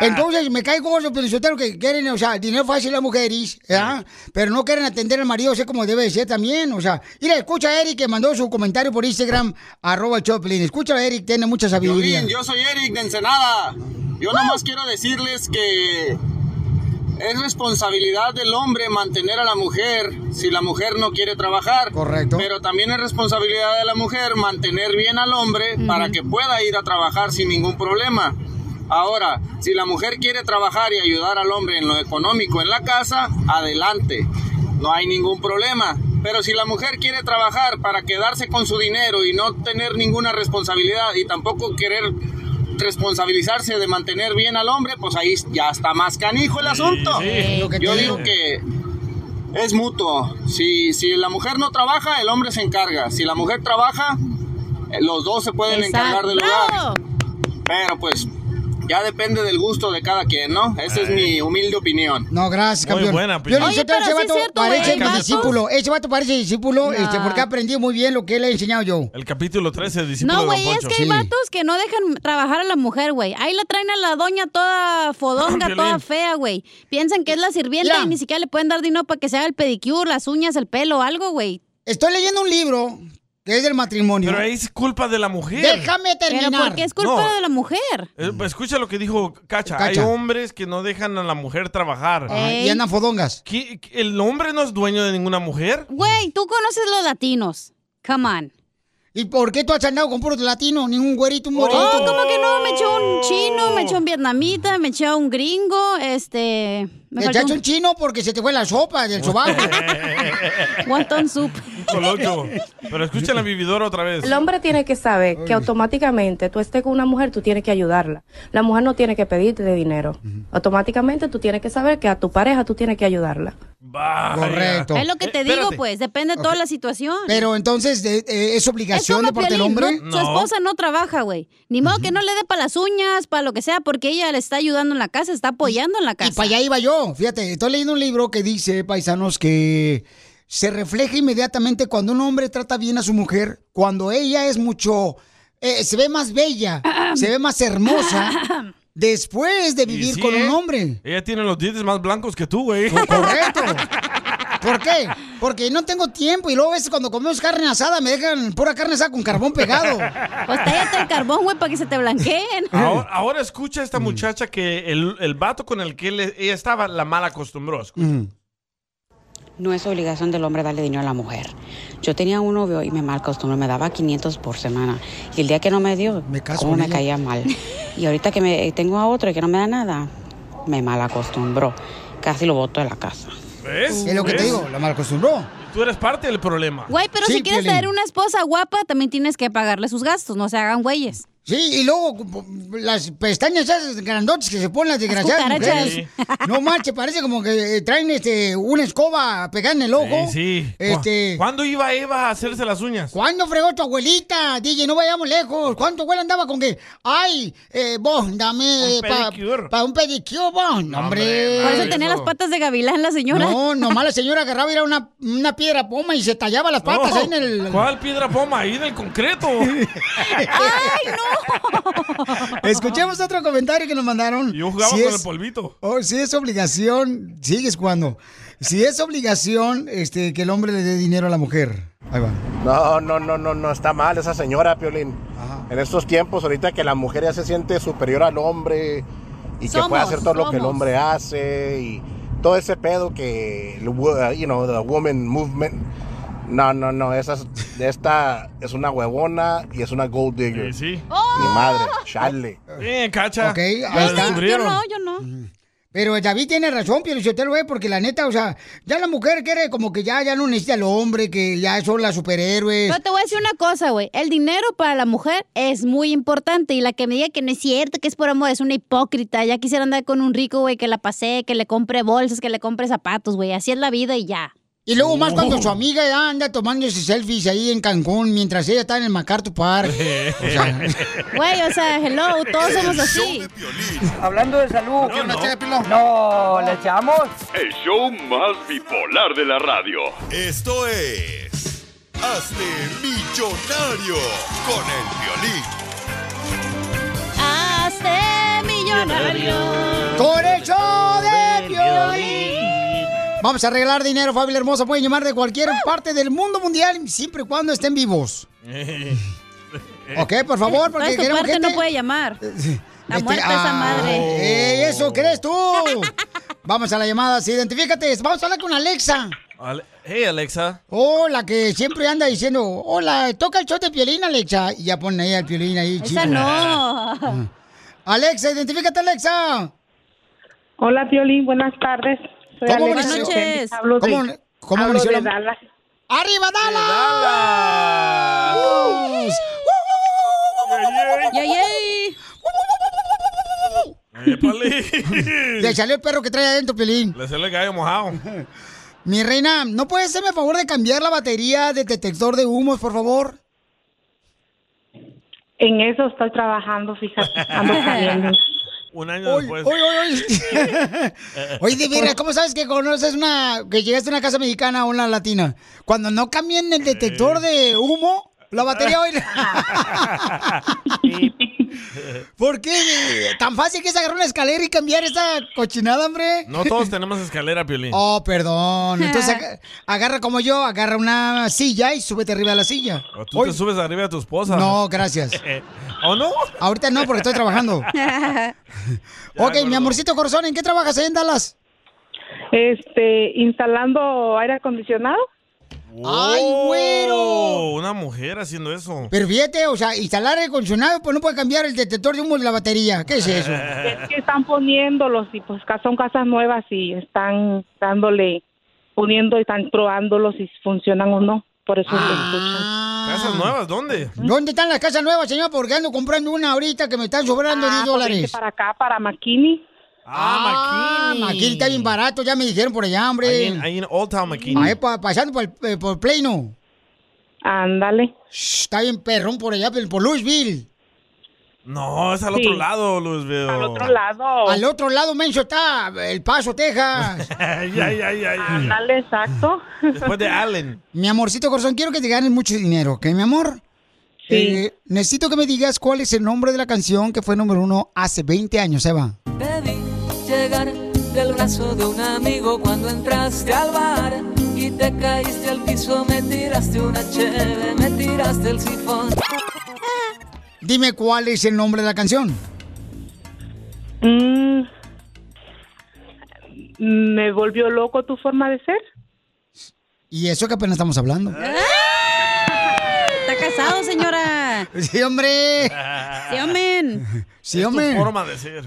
Entonces me cae gozo, Pelichotero, que quieren, o sea, dinero fácil las mujeres, ¿verdad? pero no quieren atender al marido, sé como debe de ser también, o sea. Mira, escucha a Eric que mandó su comentario por Instagram, arroba el Choplin. Escucha a Eric, tiene mucha sabiduría. Piolín, yo soy Eric de Ensenada. Yo nada más quiero decirles que es responsabilidad del hombre mantener a la mujer si la mujer no quiere trabajar. Correcto. Pero también es responsabilidad de la mujer mantener bien al hombre para que pueda ir a trabajar sin ningún problema. Ahora, si la mujer quiere trabajar y ayudar al hombre en lo económico en la casa, adelante. No hay ningún problema. Pero si la mujer quiere trabajar para quedarse con su dinero y no tener ninguna responsabilidad y tampoco querer responsabilizarse de mantener bien al hombre, pues ahí ya está más canijo el asunto. sí. Lo que Yo te digo digo. que es mutuo. Si, si la mujer no trabaja, el hombre se encarga. Si la mujer trabaja, eh, los dos se pueden encargar del hogar. Pero pues ya depende del gusto de cada quien, ¿no? Esa es mi humilde opinión. Eh. No, gracias, Muy campeón. buena, Yo Piolín. le Oye, dije, pero pero ese sí es vato cierto, parece güey. mi ¿Hay discípulo. Ese vato parece discípulo, No. este, porque aprendió muy bien lo que le he enseñado yo. El capítulo 13, discípulo No, de güey, don es Poncho. que hay vatos que no dejan trabajar a la mujer, güey. Ahí la traen a la doña toda fodonga, Piolín. toda fea, güey. Piensan que es la sirvienta y ni siquiera le pueden dar dinero para que se haga el pedicure, las uñas, el pelo, algo, güey. Estoy leyendo un libro que es del matrimonio. Pero ahí es culpa de la mujer. Déjame terminar. Pero porque es culpa No. de la mujer. Eh, pues, Escucha lo que dijo Cacha. Cacha. Hay hombres que no dejan a la mujer trabajar. Ajá, Y andan fodongas. ¿Qué- qué- ¿El hombre no es dueño de ninguna mujer? Güey, tú conoces los latinos. Come on. ¿Y por qué tú has andado con puros latinos? Ningún güerito, un güerito. Oh, ¿cómo que no? Me eché Oh. un chino, me eché un vietnamita, me eché un gringo, este... Me faltó Echaste un chino porque se te fue la sopa del sobaco. Wonton soup. Colocho. Pero escucha la vividora otra vez. El hombre tiene que saber que automáticamente tú estés con una mujer, tú tienes que ayudarla. La mujer no tiene que pedirte de dinero. Automáticamente tú tienes que saber que a tu pareja tú tienes que ayudarla. Correcto. Es lo que te digo, pues. Depende de toda la situación. Pero entonces, de- eh, ¿es obligación como de parte del Piolín, hombre? no- su esposa no trabaja, güey. Ni modo que no le dé para las uñas, para lo que sea, porque ella le está ayudando en la casa, está apoyando en la casa. Y para allá iba yo. Fíjate, estoy leyendo un libro que dice, paisanos, que se refleja inmediatamente cuando un hombre trata bien a su mujer, cuando ella es mucho, eh, se ve más bella, se ve más hermosa, después de vivir sí, con ¿eh? un hombre. Ella tiene los dientes más blancos que tú, güey. Correcto. ¿Por qué? Porque no tengo tiempo y luego a veces cuando comemos carne asada me dejan pura carne asada con carbón pegado. Ah, Pues tállate el carbón, güey, para que se te blanqueen. Ahora, ahora escucha a esta Mm. muchacha que el, el vato con el que él- ella estaba la mal acostumbró. No es obligación del hombre darle dinero a la mujer. Yo tenía un novio y me mal costumbre, me daba 500 por semana. Y el día que no me dio, cómo con me ella. caía mal. Y ahorita que me, tengo a otro y que no me da nada, me mal acostumbró. Casi lo boto de la casa. ¿Ves? Es lo que te ¿Ves? digo, la mal acostumbró. Tú eres parte del problema. Güey, pero si quieres Piolín. tener una esposa guapa, también tienes que pagarle sus gastos, no se hagan güeyes. Sí, y luego p- las pestañas esas grandotas pues que se ponen las desgraciadas Las cucarachas. mujeres. No manches, parece como que eh, traen este una escoba pegada en el ojo. Sí, sí. Este, ¿Cu- ¿Cuándo iba Eva a hacerse las uñas? ¿Cuándo fregó tu abuelita? DJ, no vayamos lejos. ¿Cuánto abuela andaba con que? Ay, eh, vos, dame Un para pedicure. un pedicure, vos. No, hombre. Por eso tenía las patas de gavilán la señora. No, nomás la señora agarraba era una, una piedra poma y se tallaba las patas No. ahí en el... ¿Cuál piedra poma? Ahí del concreto. Escuchemos otro comentario que nos mandaron. Yo jugaba Si con es- el polvito. Oh, si es obligación, sigues jugando. Si es obligación este, que el hombre le dé dinero a la mujer. Ahí va. No, no, no, no, no está mal esa señora, Piolín. En estos tiempos, ahorita que la mujer ya se siente superior al hombre y que Somos, puede hacer todo lo que el somos. hombre hace y todo ese pedo que, el wo- uh, you know, the woman movement. No, no, no, esa es- esta es una huevona y es una gold digger. Sí, Mi madre, chale. Bien, cacha. Oh. Ok, ahí Ya está. Yo descubrieron. Mm. no, yo no. Pero David tiene razón, Pio Lizotelo, güey, porque la neta, o sea, ya la mujer quiere como que ya, ya no necesita al hombre, que ya son las superhéroes. Pero te voy a decir una cosa, güey. El dinero para la mujer es muy importante. Y la que me diga que no es cierto, que es por amor, es una hipócrita. Ya quisiera andar con un rico, güey, que la pasee, que le compre bolsas, que le compre zapatos, güey. Así es la vida y ya. Y luego más cuando su amiga ya anda tomándose selfies ahí en Cancún mientras ella está en el MacArthur Park. O sea, Güey, o sea, hello, todos somos así. Hablando de salud. ¿Quiere una chela, Pilón? No, ¿le echamos? El show más bipolar de la radio. Esto es. Hazte millonario con el violín. Hazte millonario. ¡Con el show de Piolín! Vamos a regalar dinero, familia hermosa. Pueden llamar de cualquier parte del mundo mundial, siempre y cuando estén vivos. Ok, por favor, porque Entonces, tu queremos parte gente- no puede llamar. La Este, muerte esa ah, madre. ey, ¿Eso crees tú? Vamos a la llamada, sí, identifícate. Vamos a hablar con Alexa. Ale- Hey, Alexa. Oh, la que siempre anda diciendo, hola, toca el shot de piolín, Alexa. Y ya pone ahí al piolín ahí, chido. Esa no. Alexa, identifícate, Alexa. Hola, Piolín, buenas tardes. Soy ¿Cómo Alexa amaneció? Eugenio. Buenas noches. Hablo de, ¿Cómo- cómo hablo amaneció de la- Dallas. ¡Arriba, Dallas! Le salió el perro que trae adentro, Piolín. Le salió el gallo mojado. Mi reina, ¿no puedes hacerme el favor de cambiar la batería del detector de humos, por favor? En eso estoy trabajando, fíjate. Ando cambiando. Un año después. Eh, Oye, oye, oye. Oye, de veras, ¿cómo sabes que conoces una, que llegaste a una casa mexicana o una latina? Cuando no cambian el detector de humo, la batería hoy. ¿Por qué? Tan fácil que es agarrar una escalera y cambiar esa cochinada, hombre. No todos tenemos escalera, Piolín. Oh, perdón. Entonces aga- agarra como yo, agarra una silla y súbete arriba de la silla. O tú Hoy- te subes arriba de tu esposa. No, gracias. ¿O no? Ahorita no, porque estoy trabajando. ok, mi amorcito corazón, ¿en qué trabajas ahí en Dallas? Este, instalando aire acondicionado. ¡Ay, güero! Oh, una mujer haciendo eso. Pero fíjate, o sea, instalar el condicionado, pues no puede cambiar el detector de humo de la batería. ¿Qué es eso? Es que están poniéndolos y pues ca- son casas nuevas y están dándole, poniendo y están probándolos si funcionan o no. Por eso lo escuchan. Ah, ¿Casas nuevas? ¿Dónde? ¿Dónde están las casas nuevas, señor? Porque ando comprando una ahorita que me están sobrando 10 dólares. Ah, pues Para acá, para Makini. Ah, Maquini está bien barato, ya me dijeron por allá, hombre. Ahí en, ahí en Old Town McKinney. Ahí pa- pasando por, el- eh, por Plano. Ándale. Está bien perrón por allá, pero por Louisville. No, es al otro Sí. lado, Luis Veo. Al lado. Al otro lado, Mencho, está El Paso, Texas. ay, ay, ay, ay. Ándale, exacto. Después de Allen. Mi amorcito corazón, quiero que te ganes mucho dinero, ¿ok, mi amor? Sí. Eh, necesito que me digas cuál es el nombre de la canción que fue número uno hace 20 años, Eva. Debí llegar del brazo de un amigo cuando entraste al bar y te caíste al piso, me tiraste una cheve, me tiraste el sifón. Dime cuál es el nombre de la canción. Mm. ¿Me volvió loco tu forma de ser? Y eso que apenas estamos hablando. Ah. Está casado, señora. Sí, hombre. Sí, hombre. Sí, hombre. forma de ser.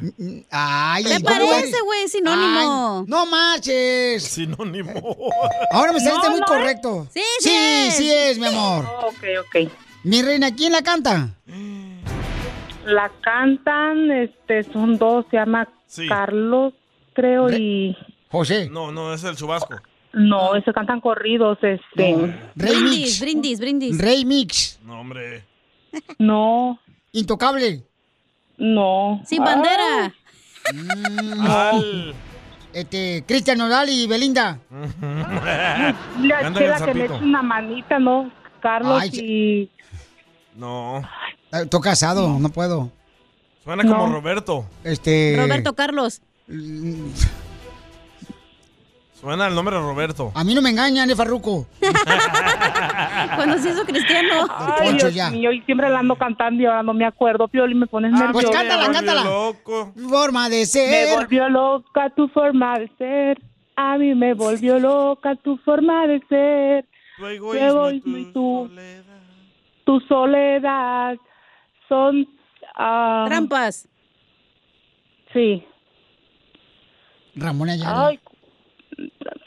Ay, ¿Te ¿y cómo eres? parece, güey? Sinónimo. Ay, no marches. Sinónimo. Ahora me saliste No, muy no correcto. es. Sí, sí sí, es. sí es, mi amor. Ok, ok. Mi reina, ¿quién la canta? La cantan, este, son dos, se llama Sí. Carlos, creo, y... José. No, no, es el chubasco. Ah. No, eso cantan corridos, este... Brindis, brindis, brindis. Rey Mix. No, hombre. No. Intocable. No. Sin bandera. Al. Este, Cristian Nodal y Belinda. La Ándale, que, la que sapito. me echa una manita, ¿no? Carlos Ay, y... No. Estoy casado, no puedo. Suena como No. Roberto. Este. Roberto Carlos. Mm, Suena el nombre de Roberto. A mí no me engañan, eh, Farruco. Cuando se hizo cristiano. Poncho, Ay, Dios ya. mío, y siempre la ando cantando y ahora no me acuerdo, Pioli, me pones nerviosa. pues cántala, cántala. Forma de ser. Me volvió loca tu forma de ser. A mí me volvió loca tu forma de ser. Tu egoísmo egoísmo y tu, tu soledad ah, son... Trampas. Sí. Ramón Ayala. Ay,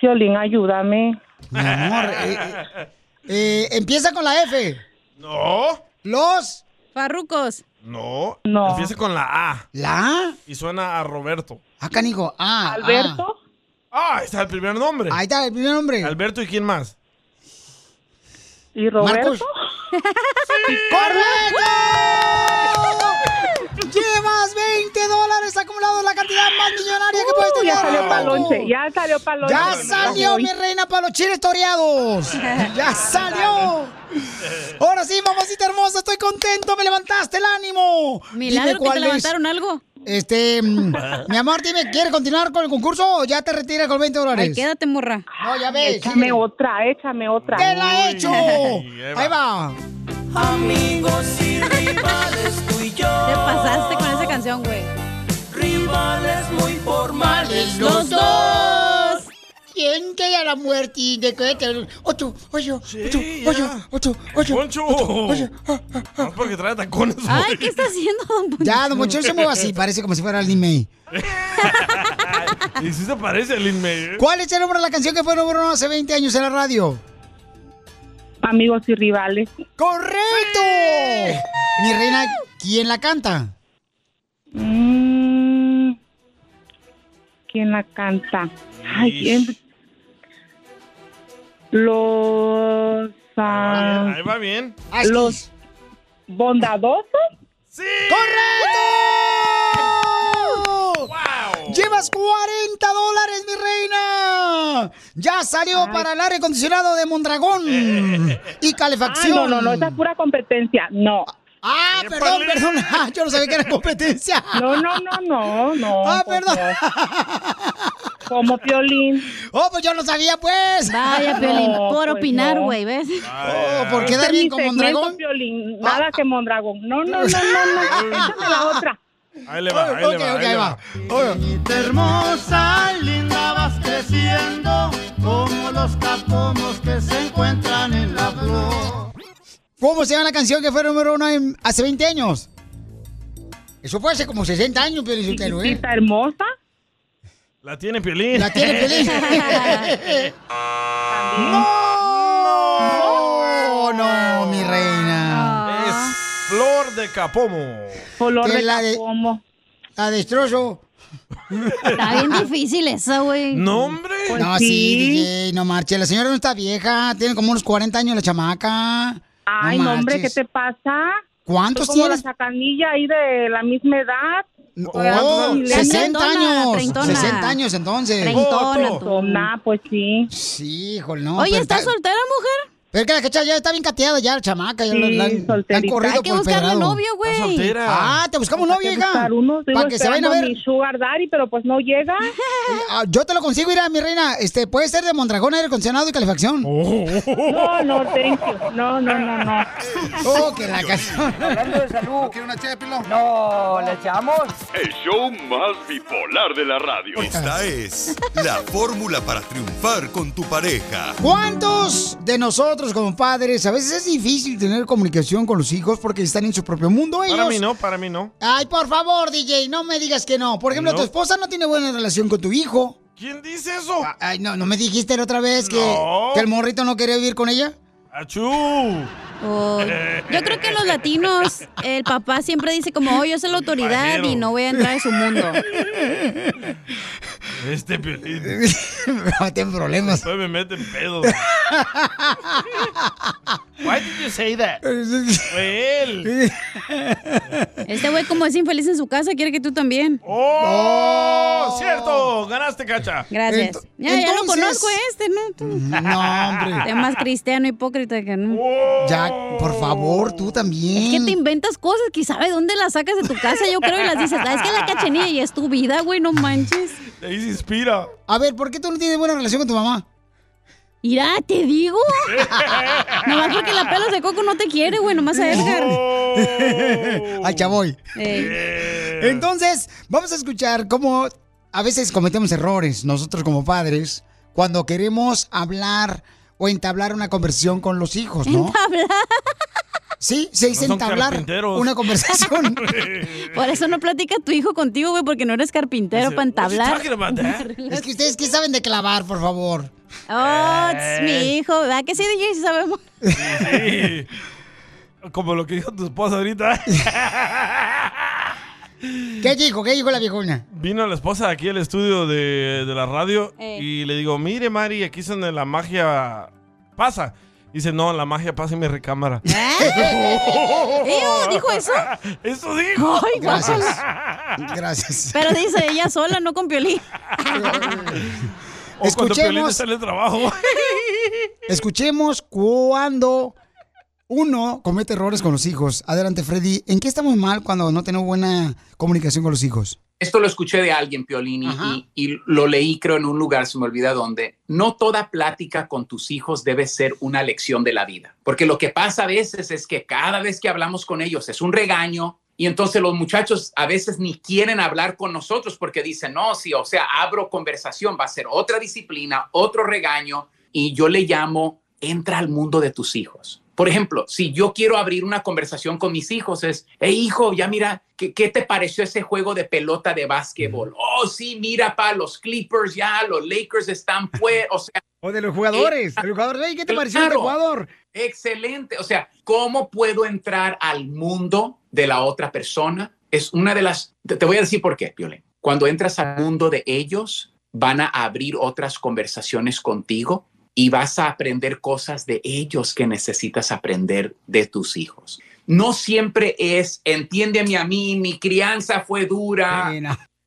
Violín, ayúdame. Mi amor, eh, eh, eh, empieza con la F. No. Los. Farrucos. No. No. Empieza con la A. ¿La A? Y suena a Roberto. Ah, canijo. Ah. ¿Alberto? Ah, ahí está el primer nombre. Ahí está el primer nombre. Alberto, ¿y quién más? ¿Y Marcos. ¡Correcto! Llevas 20 dólares acumulados, la cantidad más millonaria que puedes Uh, tener. ya salió Rorro. palonche, ya salió palonche. Ya salió, Ay. mi reina, para los chiles toreados. Ya salió. Ahora sí, mamacita hermosa, estoy contento, me levantaste el ánimo. Milagro que te levantaron algo. Este, mm, mi amor, dime, ¿quieres continuar con el concurso o ya te retiras con 20 dólares? Ay, quédate, morra. No, ya ves. Échame otra, échame otra. ¡Te la he hecho! Ahí va. Amigos y rivales, tú y yo. Te pasaste con esa canción, güey. Rivales muy formales, los dos. ¿Quién te da la muerte? ¿De qué te... Ocho, ocho, ocho, ocho, ocho, ocho. ¡Poncho! No porque trae tacones. Ay, güey. ¿qué está haciendo, don Poncho? Ya, don Poncho se mueve así, parece como si fuera el May. Y si se parece el Inme. ¿Cuál es el nombre de la canción que fue número uno hace 20 años en la radio? Amigos y rivales. ¡Correcto! Mi reina, ¿quién la canta? Mm, ¿Quién la canta? Ay, ¿quién? Los. ah, Ahí va bien. los bondadosos. ¡Correcto! ¡Llevas 40 dólares, mi reina! Ya salió para el aire acondicionado de Mondragón y calefacción. Ay, Eh. Ah, no, no, no, esa es pura competencia. No. Ah, perdón, perdón. Ah, Yo no sabía que era competencia. No, no, no, no, no. Ah, por perdón. Dios. Como Piolín. Oh, pues yo no sabía, pues. Vaya, Piolín, por pues opinar, güey, ¿ves? Oh, ¿por qué dar bien con Mondragón? Piolín, Ah, nada que Mondragón. No, no, no, no, no. Échame la otra. Ahí le va, ahí Ok, le va. ok, ahí ahí le va. Hermosa, linda, vas creciendo como los capomos que se encuentran en la flor. ¿Cómo se llama la canción que fue número uno en- hace 20 años? Eso fue hace como 60 años, pero ¿eh? Chiquitita hermosa. La tiene Piolín. La tiene Piolín. ¡No! No, mi reina. Es Flor de Capomo. Color de la de, La destrozo. Está bien difícil esa, güey. No, hombre. Pues no, sí, DJ, no marche. La señora no está vieja, tiene como unos 40 años la chamaca. Ay, no, hombre, ¿qué te pasa? ¿Cuántos Soy como tienes? la sacanilla ahí de Eh, la misma edad. Oh, 60 años. 60 años entonces. Treintona, Treintona, pues sí. Sí, híjole, no. pues Oye, pero ¿estás está- soltera, mujer? Pero es que la quecha ya está bien cateada ya, la chamaca. Ya Sí, la, la- la han solterita. corrido Hay que por buscarle pedrado. novio, güey. Está soltera. Ah, te buscamos Hay novio, que hija. buscar uno, estoy Para que se vayan a esperando ver. mi sugar daddy, pero pues no llega. Ah, yo te lo consigo, mira, mi reina. Este, puede ser de Mondragón, aire acondicionado y calefacción. Oh. No, no, thank you. No, no, no, no. Oh, que la canción. Hablando de salud. ¿No una ché de No, ¿le echamos? El show más bipolar de la radio. Esta es la fórmula para triunfar con tu pareja. ¿Cuántos de nosotros como padres a veces es difícil tener comunicación con los hijos porque están en su propio mundo ellos? Para mí no, para mí no. Ay, por favor, DJ, no me digas que no. Por ejemplo, No. tu esposa no tiene buena relación con tu hijo. Ah, ¿Quién dice eso? Ay, no, ¿no me dijiste la otra vez que, No. que el morrito no quería vivir con ella? ¡Achú! Oh, yo creo que los latinos, el papá siempre dice como, oh, yo soy la autoridad Pajero. y no voy a entrar en su mundo. Este Piolín. me meten problemas. Después me meten pedos. Why did you say that? Fue él. Este güey como es infeliz en su casa, quiere que tú también. ¡Oh! ¡Cierto! ¡Ganaste, cacha! Gracias. ya, ya lo entonces- conozco a este, ¿no? Tú. No, hombre. Es más cristiano, hipócrita que no. Ya, por favor, tú Es que también. te inventas cosas que sabe dónde las sacas de tu casa, yo creo, y las dices, "Ah, es que la cachenilla y es tu vida, güey, no manches. De ahí se inspira. A ver, ¿por qué tú no tienes buena relación con tu mamá? Irá, te digo. nomás porque la pelos de coco no te quiere, güey, nomás a Edgar. Oh. Al chaboy. Entonces, vamos a escuchar cómo a veces cometemos errores nosotros como padres cuando queremos hablar o entablar una conversación con los hijos, Pues ¿no? Entablar. Sí, se hizo No son entablar carpinteros. una conversación. Por eso no platica tu hijo contigo, güey, porque no eres carpintero para entablar. eh? Es que ustedes qué saben de clavar, por favor. Oh, Eh. tss, mi hijo, ¿verdad que sí, DJ? Sí sabemos. Sí. Como lo que dijo tu esposa ahorita. ¿Qué dijo? ¿Qué dijo la viejona? Vino la esposa aquí al estudio de, de la radio Eh. y le digo, mire Mari, aquí es donde la magia pasa. Dice, no, la magia pasa en mi recámara. Ah, Ew, ¿Dijo eso? Eso dijo. Ay, Gracias. guácala. Gracias. Pero dice ella sola, no con Piolín. O cuando Escuchemos. Piolín sale de trabajo. Escuchemos cuando uno comete errores con los hijos. Adelante, Freddy. ¿En qué estamos mal cuando no tenemos buena comunicación con los hijos? Esto lo escuché de alguien, Piolín, y- y, y lo leí, creo, en un lugar, se me olvida dónde. No toda plática con tus hijos debe ser una lección de la vida, porque lo que pasa a veces es que cada vez que hablamos con ellos es un regaño. Y entonces los muchachos a veces ni quieren hablar con nosotros porque dicen, no, sí, o sea, abro conversación, va a ser otra disciplina, otro regaño. Y yo le llamo, entra al mundo de tus hijos. Por ejemplo, si yo quiero abrir una conversación con mis hijos, es, hey hijo, ya mira, ¿qué, qué te pareció ese juego de pelota de básquetbol? Oh, sí, mira, pa, los Clippers ya, los Lakers están pues, o sea. O de los jugadores, el jugador, ¿qué te pareció este jugador? Excelente, o sea, ¿cómo puedo entrar al mundo de la otra persona? Es una de las, te, te voy a decir por qué, Violet. Cuando entras al mundo de ellos, van a abrir otras conversaciones contigo y vas a aprender cosas de ellos que necesitas aprender de tus hijos. No siempre es, entiéndeme a mí, mi crianza fue dura.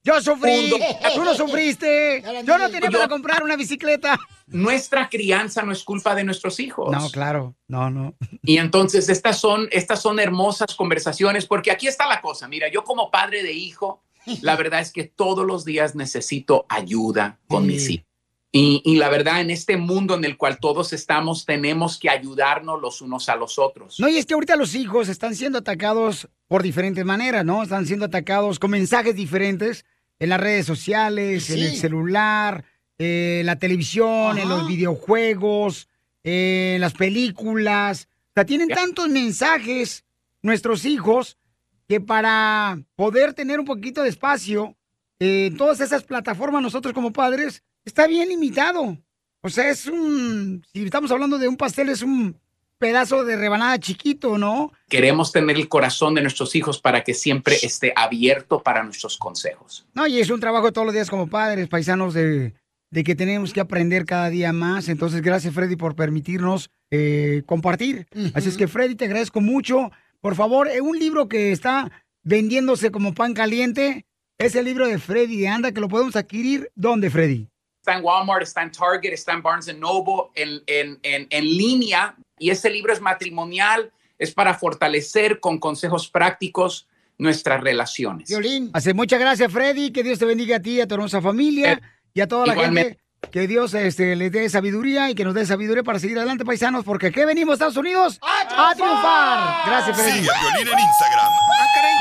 Yo sufrí, tú no sufriste. Yo no tenía para comprar una bicicleta. Nuestra crianza no es culpa de nuestros hijos. No, claro. No, no. Y entonces estas son, estas son hermosas conversaciones, porque aquí está la cosa. Mira, yo como padre de hijo, la verdad es que todos los días necesito ayuda con mis hijos. Y, y la verdad, en este mundo en el cual todos estamos, tenemos que ayudarnos los unos a los otros. No, y es que ahorita los hijos están siendo atacados por diferentes maneras, ¿no? Están siendo atacados con mensajes diferentes en las redes sociales, en el celular, en la televisión, en los videojuegos, en las películas. O sea, tienen tantos mensajes nuestros hijos que para poder tener un poquito de espacio eh, en todas esas plataformas nosotros como padres está bien limitado. O sea, es un, si estamos hablando de un pastel, es un pedazo de rebanada chiquito, ¿no? Queremos tener el corazón de nuestros hijos para que siempre esté abierto para nuestros consejos. No, y es un trabajo todos los días como padres, paisanos, de, de que tenemos que aprender cada día más. Entonces, gracias Freddy por permitirnos eh, compartir. Así es que Freddy, te agradezco mucho. Por favor, eh, un libro que está vendiéndose como pan caliente es el libro de Freddy de Anda, que lo podemos adquirir. ¿Dónde, Freddy? Está en Walmart, está en Target, está en Barnes Noble, en, en, en, en línea. Y este libro es matrimonial, es para fortalecer con consejos prácticos nuestras relaciones. Violín. Hace muchas gracias, Freddy. Que Dios te bendiga a ti, a tu hermosa familia Eh, y a toda la igualmente. gente. Que Dios este, les dé sabiduría y que nos dé sabiduría para seguir adelante, paisanos, porque aquí venimos, Estados Unidos, a triunfar. Gracias, Freddy. Sigue a Piolín en Instagram, Ah,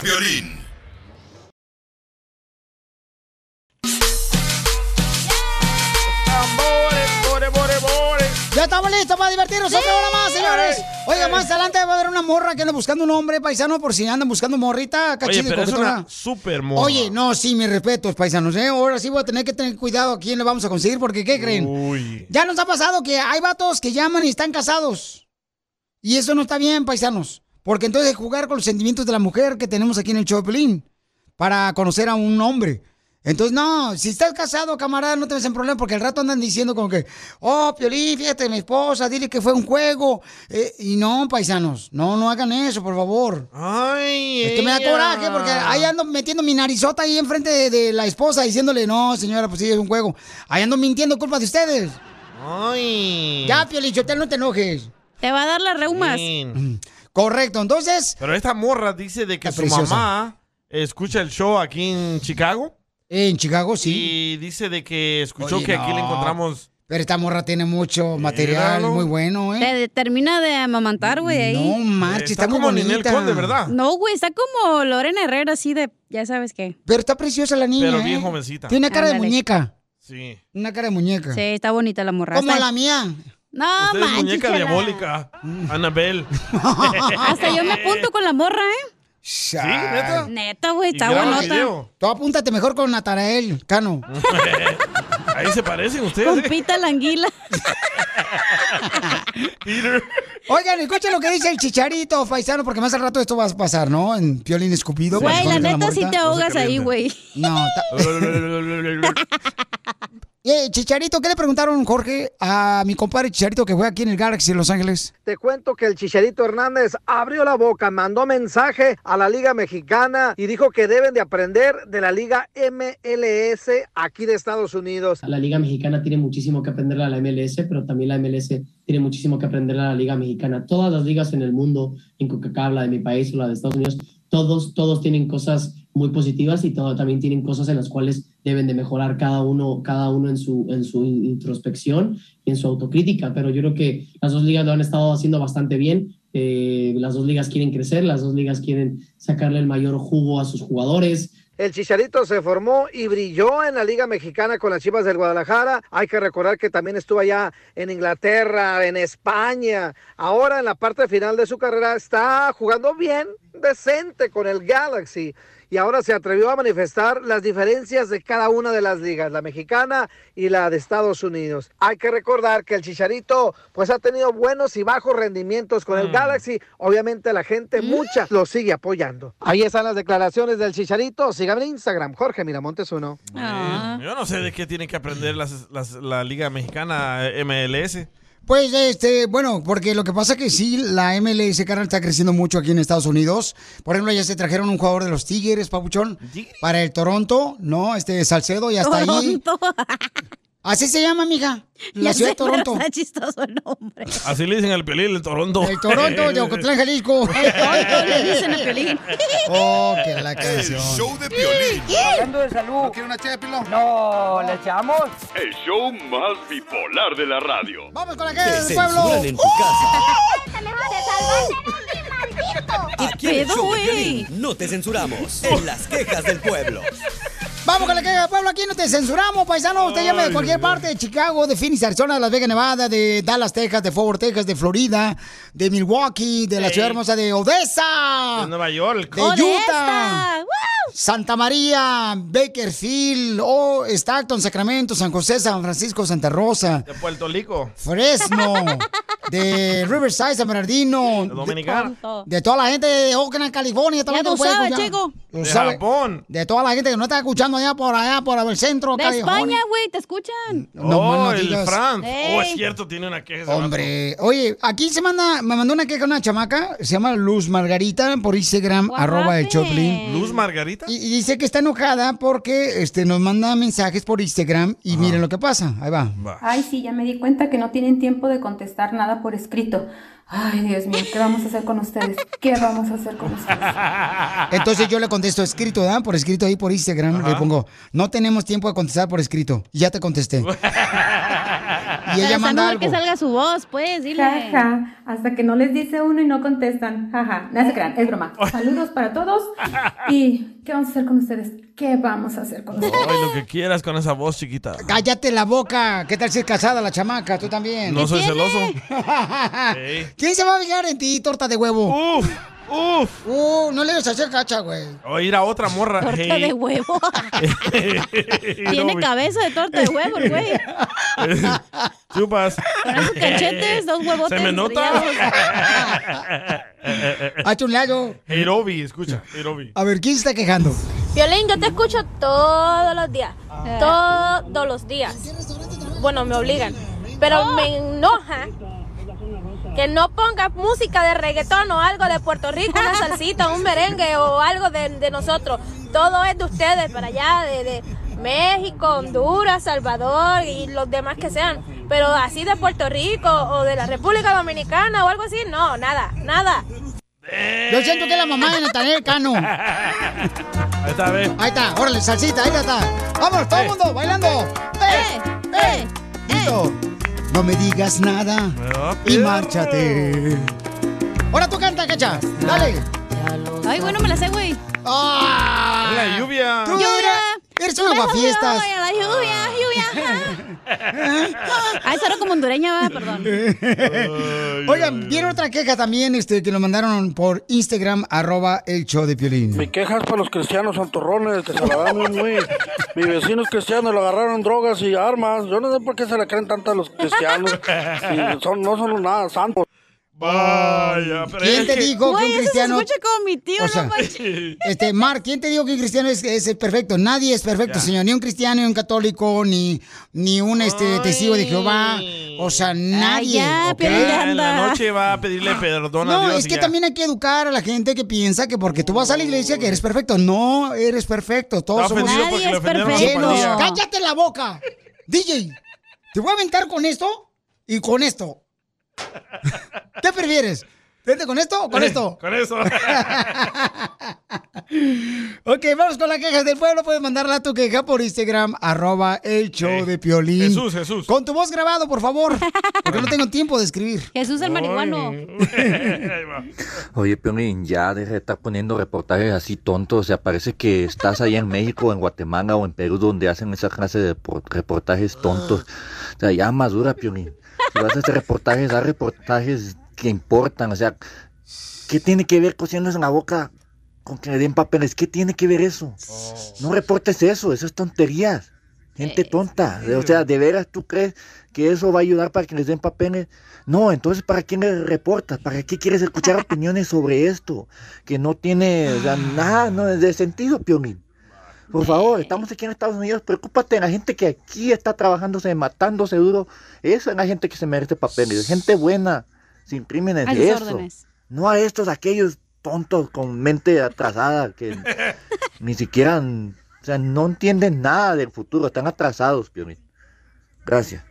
Piolín. Ya estamos listos para divertirnos otra hora más, señores. Oiga, más adelante va a haber una morra que anda buscando un hombre paisano por si andan buscando morrita, Oye, cachita y pero es coquetona. una super morra. Oye, no, sí, mis respetos, paisanos. ¿eh? Ahora sí voy a tener que tener cuidado a quién le vamos a conseguir, porque ¿qué creen? Uy. Ya nos ha pasado que hay vatos que llaman y están casados. Y eso no está bien, paisanos. Porque entonces jugar con los sentimientos de la mujer que tenemos aquí en el show de Pelín para conocer a un hombre. Entonces, no, si estás casado, camarada, no te ves en problema, porque al rato andan diciendo como que, oh, Piolín, fíjate, mi esposa, dile que fue un juego. Eh, y no, paisanos, no, no hagan eso, por favor. Ay, Es que me da ella. coraje, porque ahí ando metiendo mi narizota ahí enfrente de, de la esposa, diciéndole, no, señora, pues sí, es un juego. Ahí ando mintiendo, culpa de ustedes. Ay. Ya, Piolín, Sotelo, no te enojes. Te va a dar las reumas. Mm. Correcto, entonces... Pero esta morra dice de que Está su preciosa. mamá escucha el show aquí en Chicago. En Chicago, sí. Y dice de que escuchó Oye, que aquí le no. encontramos. Pero esta morra tiene mucho material, Míralo. muy bueno, ¿eh? Te termina de amamantar, güey, ahí. No marches, está, muy bonita. No, güey, está como Lorena Herrera, así de, ya sabes qué. Pero está preciosa la niña, Pero ¿eh? bien jovencita. Tiene una cara de Ándale. muñeca, Sí. una cara de muñeca. Sí, está bonita la morra. Como Hasta- la mía. No, Usted es manches, muñeca chala. diabólica. Mm. Anabel. Hasta yo me apunto con la morra, ¿eh? Sí, neta. Neta, güey, Y Pues está graba bonota. video. Tú apúntate mejor con Natarael, Cano. Mm. Ahí se parecen ustedes. Con ¿eh? pita la anguila. Peter. Oigan, escuchen lo que dice el chicharito, paisano, porque más al rato esto va a pasar, ¿no? En Piolín Escupido. Güey, la cuando toquen neta sí morrita. te ahogas ahí, güey. No, Eh, Chicharito, ¿qué le preguntaron, Jorge, a mi compadre Chicharito que fue aquí en el Galaxy de Los Ángeles? Te cuento que el Chicharito Hernández abrió la boca, mandó mensaje a la Liga Mexicana y dijo que deben de aprender de la Liga MLS aquí de Estados Unidos. La Liga Mexicana tiene muchísimo que aprender a la MLS, pero también la MLS tiene muchísimo que aprender a la Liga Mexicana. Todas las ligas en el mundo, en CONCACAF, la de mi país o la de Estados Unidos, todos, todos tienen cosas muy positivas y todo, también tienen cosas en las cuales deben de mejorar cada uno, cada uno en su, en su introspección y en su autocrítica. Pero yo creo que las dos ligas lo han estado haciendo bastante bien. Eh, las dos ligas quieren crecer, las dos ligas quieren sacarle el mayor jugo a sus jugadores. El Chicharito se formó y brilló en la Liga Mexicana con las Chivas del Guadalajara. Hay que recordar que también estuvo allá en Inglaterra, en España. Ahora en la parte final de su carrera está jugando bien, decente con el Galaxy. Y ahora se atrevió a manifestar las diferencias de cada una de las ligas, la mexicana y la de Estados Unidos. Hay que recordar que el Chicharito pues ha tenido buenos y bajos rendimientos con el Galaxy. Obviamente la gente mucha lo sigue apoyando. Ahí están las declaraciones del Chicharito. Síganme en Instagram, Jorge Miramontes uno. Ah. Yo no sé de qué tiene que aprender las- las- la Liga Mexicana eh, MLS. Pues, este, bueno, porque lo que pasa que sí, la MLS, carnal, está creciendo mucho aquí en Estados Unidos. Por ejemplo, ya se trajeron un jugador de los Tigres, Papuchón, para el Toronto, ¿no? Este, Salcedo, ya está ahí. Así se llama, mija. La ciudad Ya sé, de Toronto. pero Está chistoso el nombre. Así le dicen al Pelín el Toronto. El Toronto de Ocotlán, Jalisco. le dicen al Piolín. Oh, que la canción. show de violín. Hablando de salud. ¿No quiere una ché No, ¿le echamos? El show más bipolar de la radio. Vamos con la que del pueblo. ¡Uh! Aquí en el pedo, show de güey? Piolín no te censuramos en las quejas del pueblo. Vamos con la queja del pueblo, aquí no te censuramos, paisano. Usted llame de cualquier parte, de Chicago, de Phoenix, Arizona, de Las Vegas, Nevada, de Dallas, Texas, de Fort Worth, Texas, de Florida, de Milwaukee, de la Ey. ciudad hermosa de Odessa, De Nueva York. de Utah, Santa María, Bakerfield, o Stockton, Sacramento, San José, San Francisco, Santa Rosa, De Puerto Rico. Fresno, de Riverside, San Bernardino, de, Dominicana. de toda la gente de Oakland, California, toda la Ya gente que tú puede sabes, escuchar. chico. Tú De sabes. Japón. De toda la gente que no está escuchando allá por allá, por el centro. De callejones. España, güey, te escuchan. más oh, no el digas. Franz. Oh, es Ey. Oh. cierto, tiene una queja. ese Hombre, oye, aquí se manda, me mandó una queja una chamaca, se llama Luz Margarita por Instagram, What arroba el happened? Choplin. ¿Luz Margarita? Y, y dice que está enojada porque este, nos manda mensajes por Instagram y miren lo que pasa. Ahí va. Ay, sí, ya me di cuenta que no tienen tiempo de contestar nada por escrito. Ay, Dios mío, ¿qué vamos a hacer con ustedes? ¿Qué vamos a hacer con ustedes? Entonces yo le contesto escrito, ¿verdad? Por escrito ahí por Instagram, le pongo, no tenemos tiempo de contestar por escrito. Y ya te contesté. Ah, Y ella Pero manda está mejor que algo. salga Haga su voz, pues, dile. Ja, ja, hasta que no les dice uno y no contestan. Jaja, no se crean, es broma. Saludos para todos. ¿Y qué vamos a hacer con ustedes? ¿Qué vamos a hacer con ustedes? vato. Ay, lo que quieras con esa voz chiquita. Cállate la boca. ¿Qué tal si es casada la chamaca? Tú también. No soy celoso. Ah. ¿Quién se va a fijar en ti, torta de huevo? Uf. Uf. Uh, no le debes hacer cacha, güey. O ir a otra morra. Torta de huevo. Tiene cabeza de torta de huevo, el güey. Chupas. Unos cachetes, dos huevotes. Se me nota. Hazte un lado. Hirobi, escucha, Hirobi. A ver, ¿quién se está quejando? Violín, yo te escucho todos los días. Ah. Todos los días. Bueno, me obligan. Pero Ah. Ah. me enoja que no pongas música de reggaetón o algo de Puerto Rico, una salsita, un merengue o algo de, de nosotros. Todo es de ustedes para allá, de, de México, Honduras, Salvador y los demás que sean. Pero así de Puerto Rico o de la República Dominicana o algo así, no, nada, nada. Yo siento que es la mamá de Natanel Cano. Ahí está, ve. Ahí está, órale, salsita, ahí está. Vamos, todo el mundo bailando. ¡Eh! ¡Eh! Listo. No me digas nada Ah, y márchate. Ahora tú canta, cacha. Dale. Ay, bueno, me la sé, güey. ¡Ah! La lluvia. Tú Eres una guafiestas. Ay, la lluvia, lluvia. ajá. Ay, solo Ah, como hondureña, ¿verdad? perdón. Oigan, vieron otra queja también este, que nos mandaron por Instagram, arroba el show de Piolín. Mi queja es para los cristianos santorrones, que se la dan muy, muy. Mis vecinos cristianos le agarraron drogas y armas. Yo no sé por qué se le creen tanto a los cristianos. Si son, no son nada santos. Vaya, pero ¿Quién te dijo que Güey, un eso cristiano... se escucha como mi tío, O sea, no manches. Este, Mark, ¿quién te dijo que un cristiano es, es el perfecto? Nadie es perfecto, Ya. señor. Ni un cristiano, ni un católico, ni, ni un este, testigo de Jehová. O sea, nadie. ¿ok? Ah, Ya en la noche va a pedirle perdón a Ah. No, Dios. es y que ya. también hay que educar a la gente que piensa que porque tú vas a la iglesia que eres perfecto. No eres perfecto. Todos Está somos ofendido porque Nadie le es ofendieron a su perfecto. pandilla. ¡Cállate la boca! DJ, te voy a aventar con esto y con esto. ¿Qué prefieres? ¿Vente con esto o con Eh, esto? Con eso. Ok, vamos con las quejas del pueblo. Puedes mandarla tu queja por Instagram, arroba el show de Piolín. Jesús, Jesús. Con tu voz grabado, por favor, porque no tengo tiempo de escribir. Jesús el marihuano. Ahí va. Oye, Piolín, ya deja de estar poniendo reportajes así tontos. O sea, parece que estás allá en México, en Guatemala o en Perú, donde hacen esa clase de por- reportajes tontos. O sea, ya madura, Piolín. Si vas a hacer reportajes, haz reportajes que importan. O sea, ¿qué tiene que ver cociéndose en la boca con que le den papeles? ¿Qué tiene que ver eso? No reportes eso, eso es tonterías. Gente tonta. O sea, ¿de veras tú crees que eso va a ayudar para que les den papeles? No, entonces ¿para quién le reportas? ¿Para qué quieres escuchar opiniones sobre esto? Que no tiene o sea, nada no, de sentido, Piolín. Por favor, estamos aquí en Estados Unidos, preocúpate de la gente que aquí está trabajándose, matándose duro. Esa es la gente que se merece papeles, gente buena, sin crímenes, A sus eso. órdenes. No a estos, a aquellos tontos con mente atrasada que ni siquiera, o sea, no entienden nada del futuro, están atrasados, Piolín. Gracias.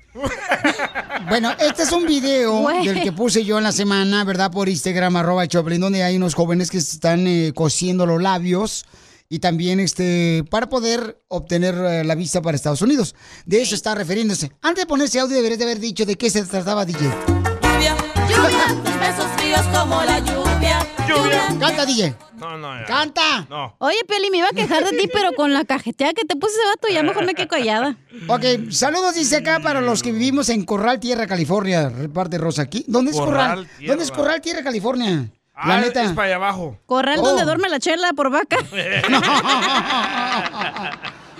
Bueno, este es un video Güey. del que puse yo en la semana, ¿verdad? Por Instagram, arroba el Choplin, donde hay unos jóvenes que se están eh, cosiendo los labios y también este para poder obtener eh, la visa para Estados Unidos. De eso está refiriéndose. Antes de ponerse audio, deberías de haber dicho de qué se trataba, DJ. Lluvia, lluvia, tus besos fríos como la lluvia. Lluvia. Canta, DJ. No, no, ya. Canta. No. Oye, Peli, me iba a quejar de ti, pero con la cajeteada que te puse ese vato, ya mejor me quedo callada. Ok, saludos dice acá para los que vivimos en Corral Tierra, California, parte de Rosa aquí. ¿Dónde es Corral? Corral Tierra. ¿Dónde es Corral Tierra, California? La Ah, neta. Es para allá abajo. Corral Oh. donde duerme la chela por vaca.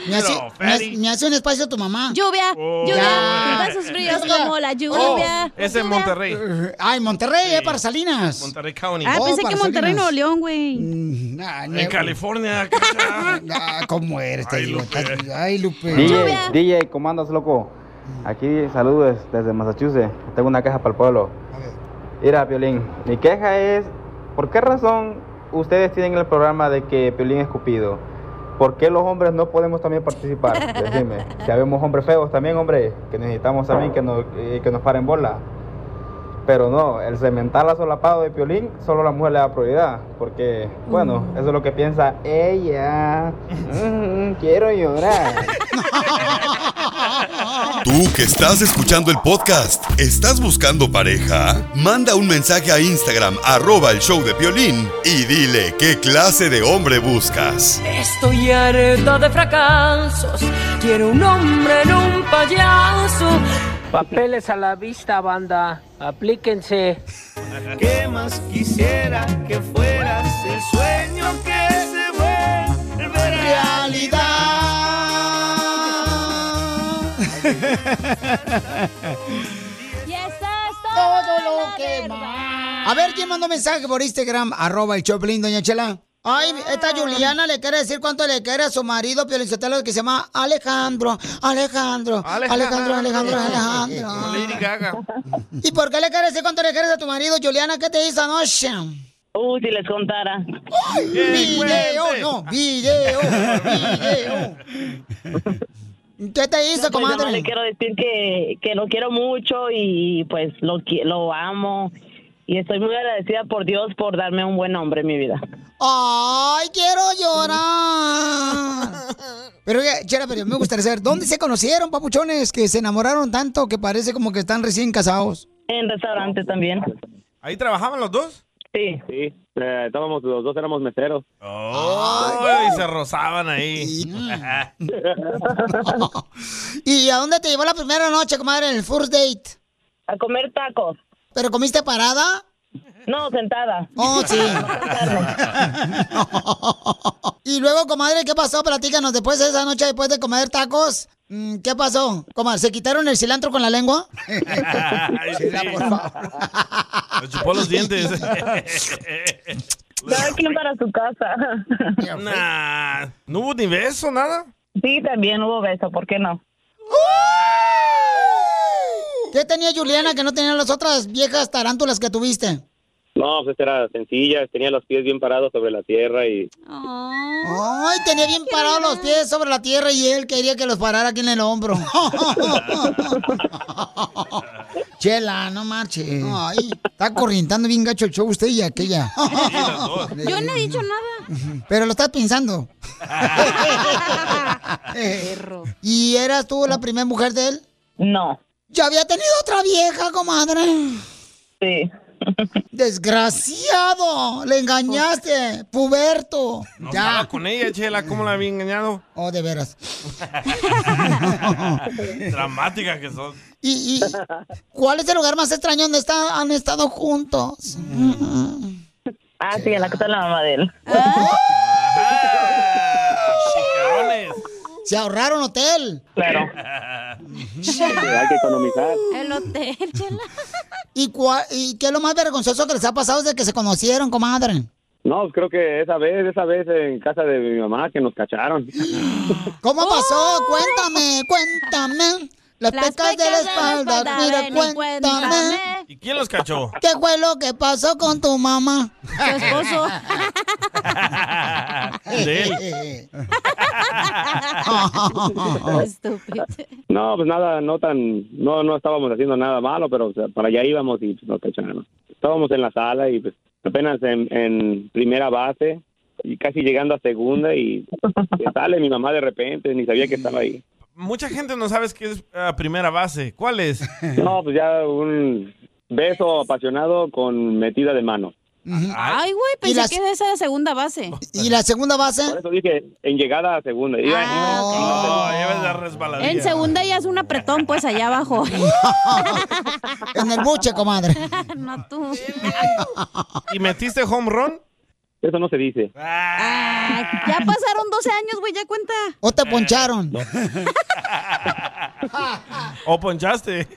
Me hace, No, me hace- Freddy. me hace un espacio tu mamá. Lluvia, Oh. lluvia, Ya. tus besos fríos Lluvia. como la lluvia. Es en Monterrey. Ay, Monterrey, eh, para Salinas. Monterrey County. Oh, Ah, pensé que Monterrey, Nuevo Salinas. León, güey. Mm, En California, cacha. eh, Ah, ¿Cómo eres? Te digo, estás- Ay, Lupe. DJ, DJ, ¿cómo andas, loco? Aquí saludos desde Massachusetts. Tengo una queja para el pueblo. Mira, Piolín, mi queja es, ¿por qué razón ustedes tienen el programa de que Piolín es cupido? ¿Por qué los hombres no podemos también participar? Decime, ya vemos hombres feos también, hombre, que necesitamos también que nos, eh, que nos paren bola. Pero no, el cementar solapado de Piolín, solo la mujer le da prioridad, porque, bueno, eso es lo que piensa ella. Mm, quiero llorar. Tú que estás escuchando el podcast, ¿estás buscando pareja? Manda un mensaje a Instagram, arroba el show de Piolín, y dile qué clase de hombre buscas. Estoy harta de fracasos. Quiero un hombre en un payaso. Papeles a la vista, banda. Aplíquense. ¿Qué más quisiera que fueras el sueño que se vuelve Y eso es todo lo que A ver, ¿quién mandó mensaje por Instagram? Arroba el Choplin, doña Chela. Ay, esta Juliana le quiere decir cuánto le quiere a su marido, Piolinsotelo, que se llama Alejandro, Alejandro, Alejandro, Alejandro, Alejandro. Lady Gaga. ¿Y por qué le quieres decir cuánto le quieres a tu marido, Juliana? ¿Qué te hizo anoche? Uy, si les contara. Video, no, video, video. ¿Qué te hizo, No, pues, nada más comadre? le quiero decir que, que lo quiero mucho y pues lo, qui- lo amo. Y estoy muy agradecida por Dios por darme un buen hombre en mi vida. Ay, quiero llorar. Pero, oye, Chela, pero me gustaría saber, ¿dónde se conocieron, papuchones, que se enamoraron tanto que parece como que están recién casados? En restaurante también. ¿Ahí trabajaban los dos? Sí. Sí, eh, estábamos, los dos éramos meseros. Oh, y se rozaban ahí. ¿Y a dónde te llevó la primera noche, comadre, en el first date? A comer tacos. ¿Pero comiste parada? No, sentada. Oh, sí. y luego, comadre, ¿qué pasó? Platícanos, después de esa noche, después de comer tacos, mm, ¿qué pasó? Comadre, ¿se quitaron el cilantro con la lengua? Ay, sí. Chela, por favor. Me chupó los dientes. Cada quien para su casa. Ah. Nah, ¿No hubo ni beso, nada? Sí, también hubo beso, ¿por qué no? ¿Qué tenía Juliana que no tenían las otras viejas tarántulas que tuviste? No, pues era sencilla, tenía los pies bien parados sobre la tierra y Ay, tenía bien parados los pies sobre la tierra y él quería que los parara aquí en el hombro. Chela, no marche. Ay, está corrientando bien gacho el show usted y aquella. Yo no he dicho nada. Pero lo estás pensando. ¿Y eras tú la primera mujer de él? No. Ya había tenido otra vieja, comadre. Sí. Desgraciado, le engañaste, puberto. No ya. estaba con ella, Chela, ¿cómo la había engañado? Oh, de veras. Dramáticas que son. ¿Y, y cuál es el lugar más extraño donde está- han estado juntos? Ah, sí, en la casa de la mamá de él. Se ahorraron hotel. Claro. hay que economizar. El hotel, chela. ¿Y, cua- ¿Y qué es lo más vergonzoso que les ha pasado desde que se conocieron, comadre? No, pues creo que esa vez, esa vez en casa de mi mamá que nos cacharon. ¿Cómo pasó? Cuéntame, cuéntame. Las, pecas, de la espalda, mira, cuéntame. ¿Y quién los cachó? ¿Qué fue lo que pasó con tu mamá? Tu esposo. De él. Estúpido. No, pues nada, no tan, no, no estábamos haciendo nada malo, pero o sea, para allá íbamos y pues, nos cacharon. Estábamos en la sala y pues apenas en, en primera base y casi llegando a segunda y sale mi mamá de repente, ni sabía que estaba ahí. Mucha gente no sabe qué es ah, primera base. ¿Cuál es? No, pues ya un beso apasionado con metida de mano. Ay, güey, pensé las- que era esa segunda base. pues. ¿Y la segunda base? Ah, Por eso dije, en llegada a segunda. Iba- Oh, llevas la resbaladilla. En segunda ya es un apretón, pues allá abajo. en el buche, comadre. no tú. ¿Y metiste home run? Eso no se dice. Ya pasaron 12 años, güey, ya cuenta. ¿O te poncharon? ¿O ponchaste?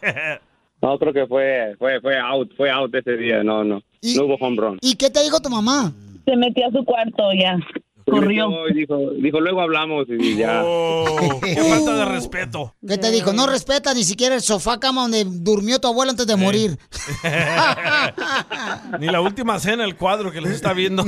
No, creo que fue, fue, fue out, fue out ese día, no, no. No hubo home run. ¿Y qué te dijo tu mamá? Se metió a su cuarto ya. Corrió. Y dijo, dijo, luego hablamos y ya. Oh, qué falta de respeto. ¿Qué te dijo? No respeta ni siquiera el sofá cama donde durmió tu abuelo antes de morir. Ni la última cena, el cuadro que les está viendo.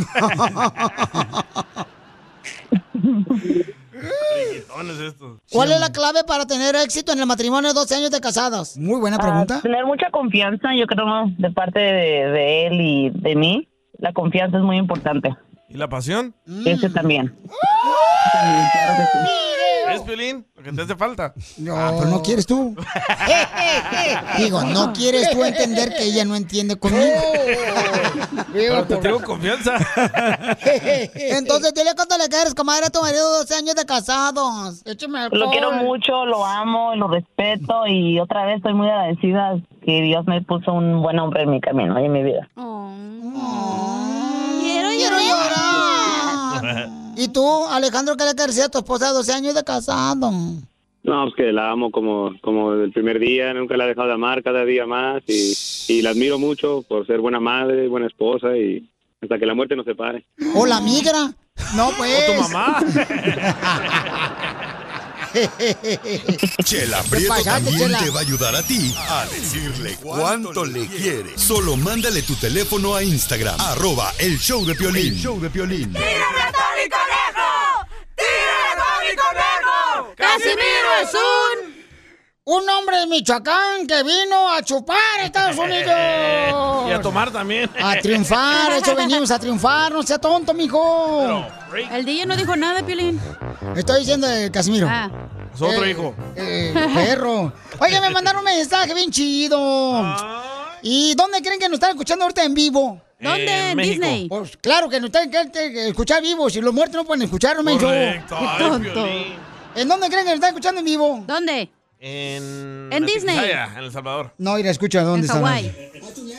Friquitones estos. ¿Cuál es la clave para tener éxito en el matrimonio de 12 años de casados? Muy buena pregunta. Ah, tener mucha confianza, yo creo, ¿no? de parte de, de él y de mí. La confianza es muy importante. ¿Y la pasión? Ese también. ¿Es Piolín? Lo que te hace falta. No, pero no quieres tú. Digo, no quieres tú entender que ella no entiende conmigo. Oh. Pero te tengo confianza. Entonces, dile cuánto le quieres, comadre, a tu marido 12 años de casados. Échame alcohol. Lo quiero mucho, lo amo, lo respeto y otra vez estoy muy agradecida que Dios me puso un buen hombre en mi camino y en mi vida. Ah, Quiero, llorar. ¿Y tú, Alejandro, qué le quieres decir a tu esposa de 12 años de casado? No, pues que la amo como, como desde el primer día, nunca la he dejado de amar cada día más y, y la admiro mucho por ser buena madre, buena esposa y hasta que la muerte nos separe. ¿O la migra? No, pues. ¿O tu mamá? Chela Te Prieto pasaste, también Chela. te va a ayudar a ti a decirle cuánto le quiere. Solo mándale tu teléfono a Instagram, arroba el show de Piolín. El show de Piolín. ¡Casimiro es un- Un hombre de Michoacán que vino a chupar a Estados Unidos. Y a tomar también. A triunfar, a eso venimos a triunfar, no sea tonto, mijo. El DJ no dijo nada, Piolín. Estoy diciendo de Casimiro. Ah. Es otro Eh, hijo. eh, perro. Oiga, me mandaron un mensaje bien chido. ¿Y dónde creen que nos están escuchando ahorita en vivo? ¿Dónde? ¿En ¿En México. Disney? Pues claro que nos están que- que escuchar vivos. Si los muertos no pueden escuchar, no me yo. Correcto. Ay, Qué tonto. Piolín. ¿En dónde creen que nos están escuchando en vivo? ¿Dónde? En, En Disney. Pitaya, en El Salvador. No, ir a escucha, ¿dónde están?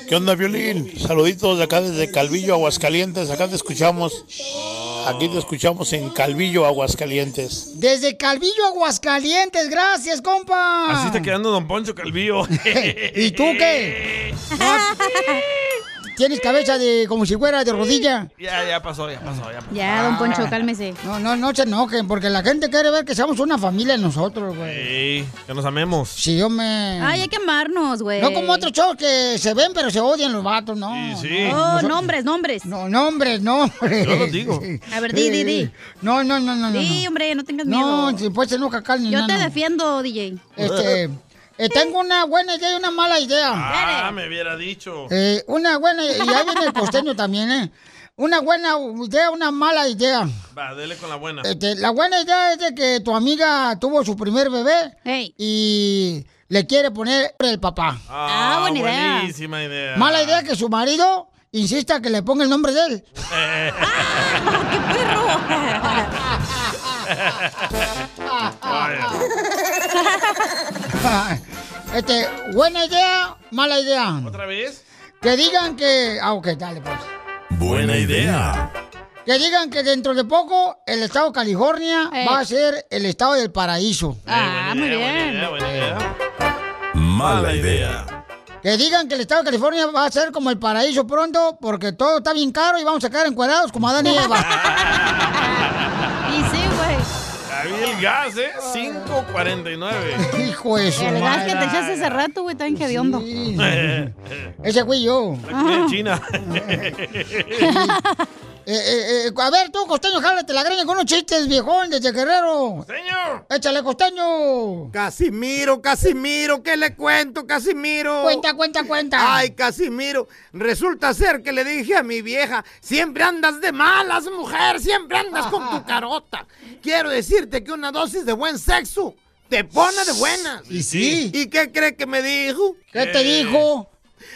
¿Qué onda, Violín? Saluditos de acá desde Calvillo, Aguascalientes. Acá te escuchamos. Aquí te escuchamos en Calvillo, Aguascalientes. Desde Calvillo, Aguascalientes. Gracias, compa. Así está quedando Don Poncho Calvillo. ¿Y Ah. tú qué? Ah, Tienes cabeza de como si fuera de rodilla. Ya, ya pasó, ya pasó, ya pasó. Ya, don Poncho, cálmese. Ah. No, no, no se enojen, porque la gente quiere ver que somos una familia nosotros, güey. Ey, que nos amemos. Sí, yo me... Ay, hay que amarnos, güey. No como otros shows que se ven pero se odian los vatos, ¿no? sí. Oh, Nosotros- nombres, nombres. No, nombres, nombres. Yo los digo. A ver, di, di, Eh, di. No, no, no, no. no, Di, no. hombre, no tengas miedo. No, si pues se enoja Carmen. Yo no, te no. defiendo, DJ. Este, eh, tengo una buena idea y una mala idea. Ah, me hubiera dicho. Eh, una buena, y ahí viene el costeño también, ¿eh? Una buena idea, una mala idea. Va, dele con la buena. Este, la buena idea es de que tu amiga tuvo su primer bebé y le quiere poner el papá. Ah, buena idea. Buenísima idea. Mala idea que su marido insista que le ponga el nombre de él. ¡Qué Ah, perro! este, buena idea, mala idea. ¿Otra vez? Que digan que. Ah, ok, dale, pues. Buena idea. Que digan que dentro de poco el estado de California va a ser el estado del paraíso. Ah, muy bien. Mala idea. Que digan que el estado de California va a ser como el paraíso pronto porque todo está bien caro y vamos a quedar encuadrados como Adán y Eva. Y sí, güey. Ahí el gas, Ah. ¿eh? 5.49. Hijo de su El gas que madre. te echaste hace rato, güey, tan hediondo. Ese güey yo. La comida de China. Eh, eh, eh, a ver, tú, costeño, jálate la greña con unos chistes, viejón, desde Guerrero. ¡Costeño! ¡Échale, costeño! Casimiro, Casimiro, ¿qué le cuento, Casimiro? Cuenta, cuenta, cuenta. Ay, Casimiro, resulta ser que le dije a mi vieja, siempre andas de malas, mujer, siempre andas con tu carota. Quiero decirte que una dosis de buen sexo te pone de buenas. Y sí. ¿Y qué cree que me dijo? ¿Qué te dijo?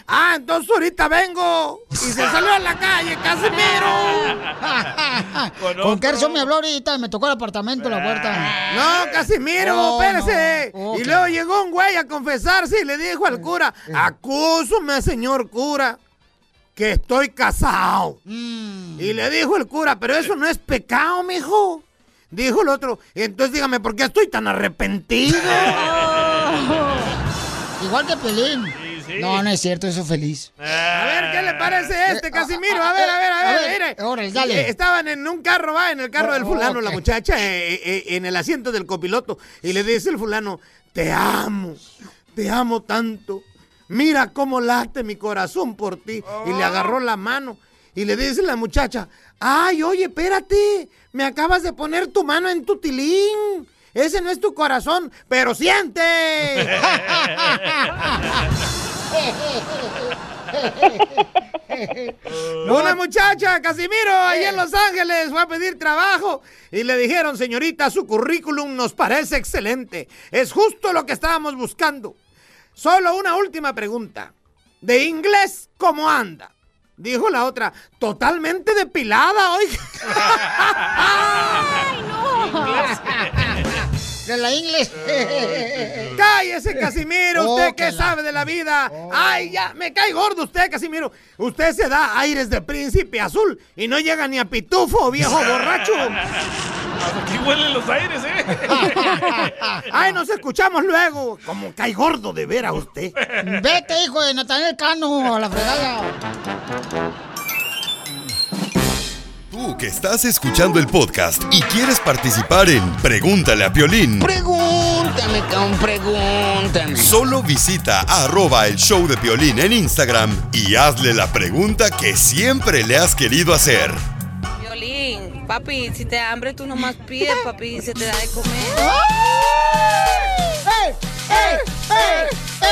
Ah, entonces ahorita vengo. Y se salió a la calle, Casimiro. Con Kerson me habló ahorita y me tocó el apartamento, la puerta. No, Casimiro, Oh, espérese. no. Y Ok. Eh, luego llegó un güey a confesarse y le dijo al cura, acúsame, señor cura, que estoy casado. Mm. Y le dijo el cura, pero eso no es pecado, mijo. Dijo el otro, entonces dígame, ¿por qué estoy tan arrepentido? Igual que Pelín. No, no es cierto, eso es feliz. A ver, ¿qué le parece este, Casimiro? A ver, a ver, a a ver, ver, mire. órale, dale. Eh, Estaban en un carro, va, en el carro del fulano, la muchacha, eh, eh, en el asiento del copiloto. Y le dice el fulano, te amo, te amo tanto. Mira cómo late mi corazón por ti. Y le agarró la mano. Y le dice la muchacha, ay, oye, espérate, me acabas de poner tu mano en tu tilín. Ese no es tu corazón, pero siente. Una muchacha, Casimiro, ahí Eh. en Los Ángeles, fue a pedir trabajo y le dijeron, señorita, su currículum nos parece excelente. Es justo lo que estábamos buscando. Solo una última pregunta. ¿De inglés cómo anda? Dijo la otra, totalmente depilada hoy. De la inglés. Cállese, Casimiro. Oh, usted que que la- sabe de la vida. Ay, ya, me cae gordo usted, Casimiro. Usted se da aires de príncipe azul y no llega ni a pitufo, viejo borracho. Aquí huelen los aires, ¿eh? Ay, nos escuchamos luego. Como cae gordo de ver a usted. Vete, hijo de Natanel Cano, a la fregada. Tú que estás escuchando el podcast y quieres participar en Pregúntale a Piolín. Pregúntame, con pregúntame. Solo visita arroba el show de Piolín en Instagram y hazle la pregunta que siempre le has querido hacer. Violín, papi, si te da hambre tú nomás pides, papi, y se te da de comer. ¡Ey! ¡Ey! ¡Ey! eh,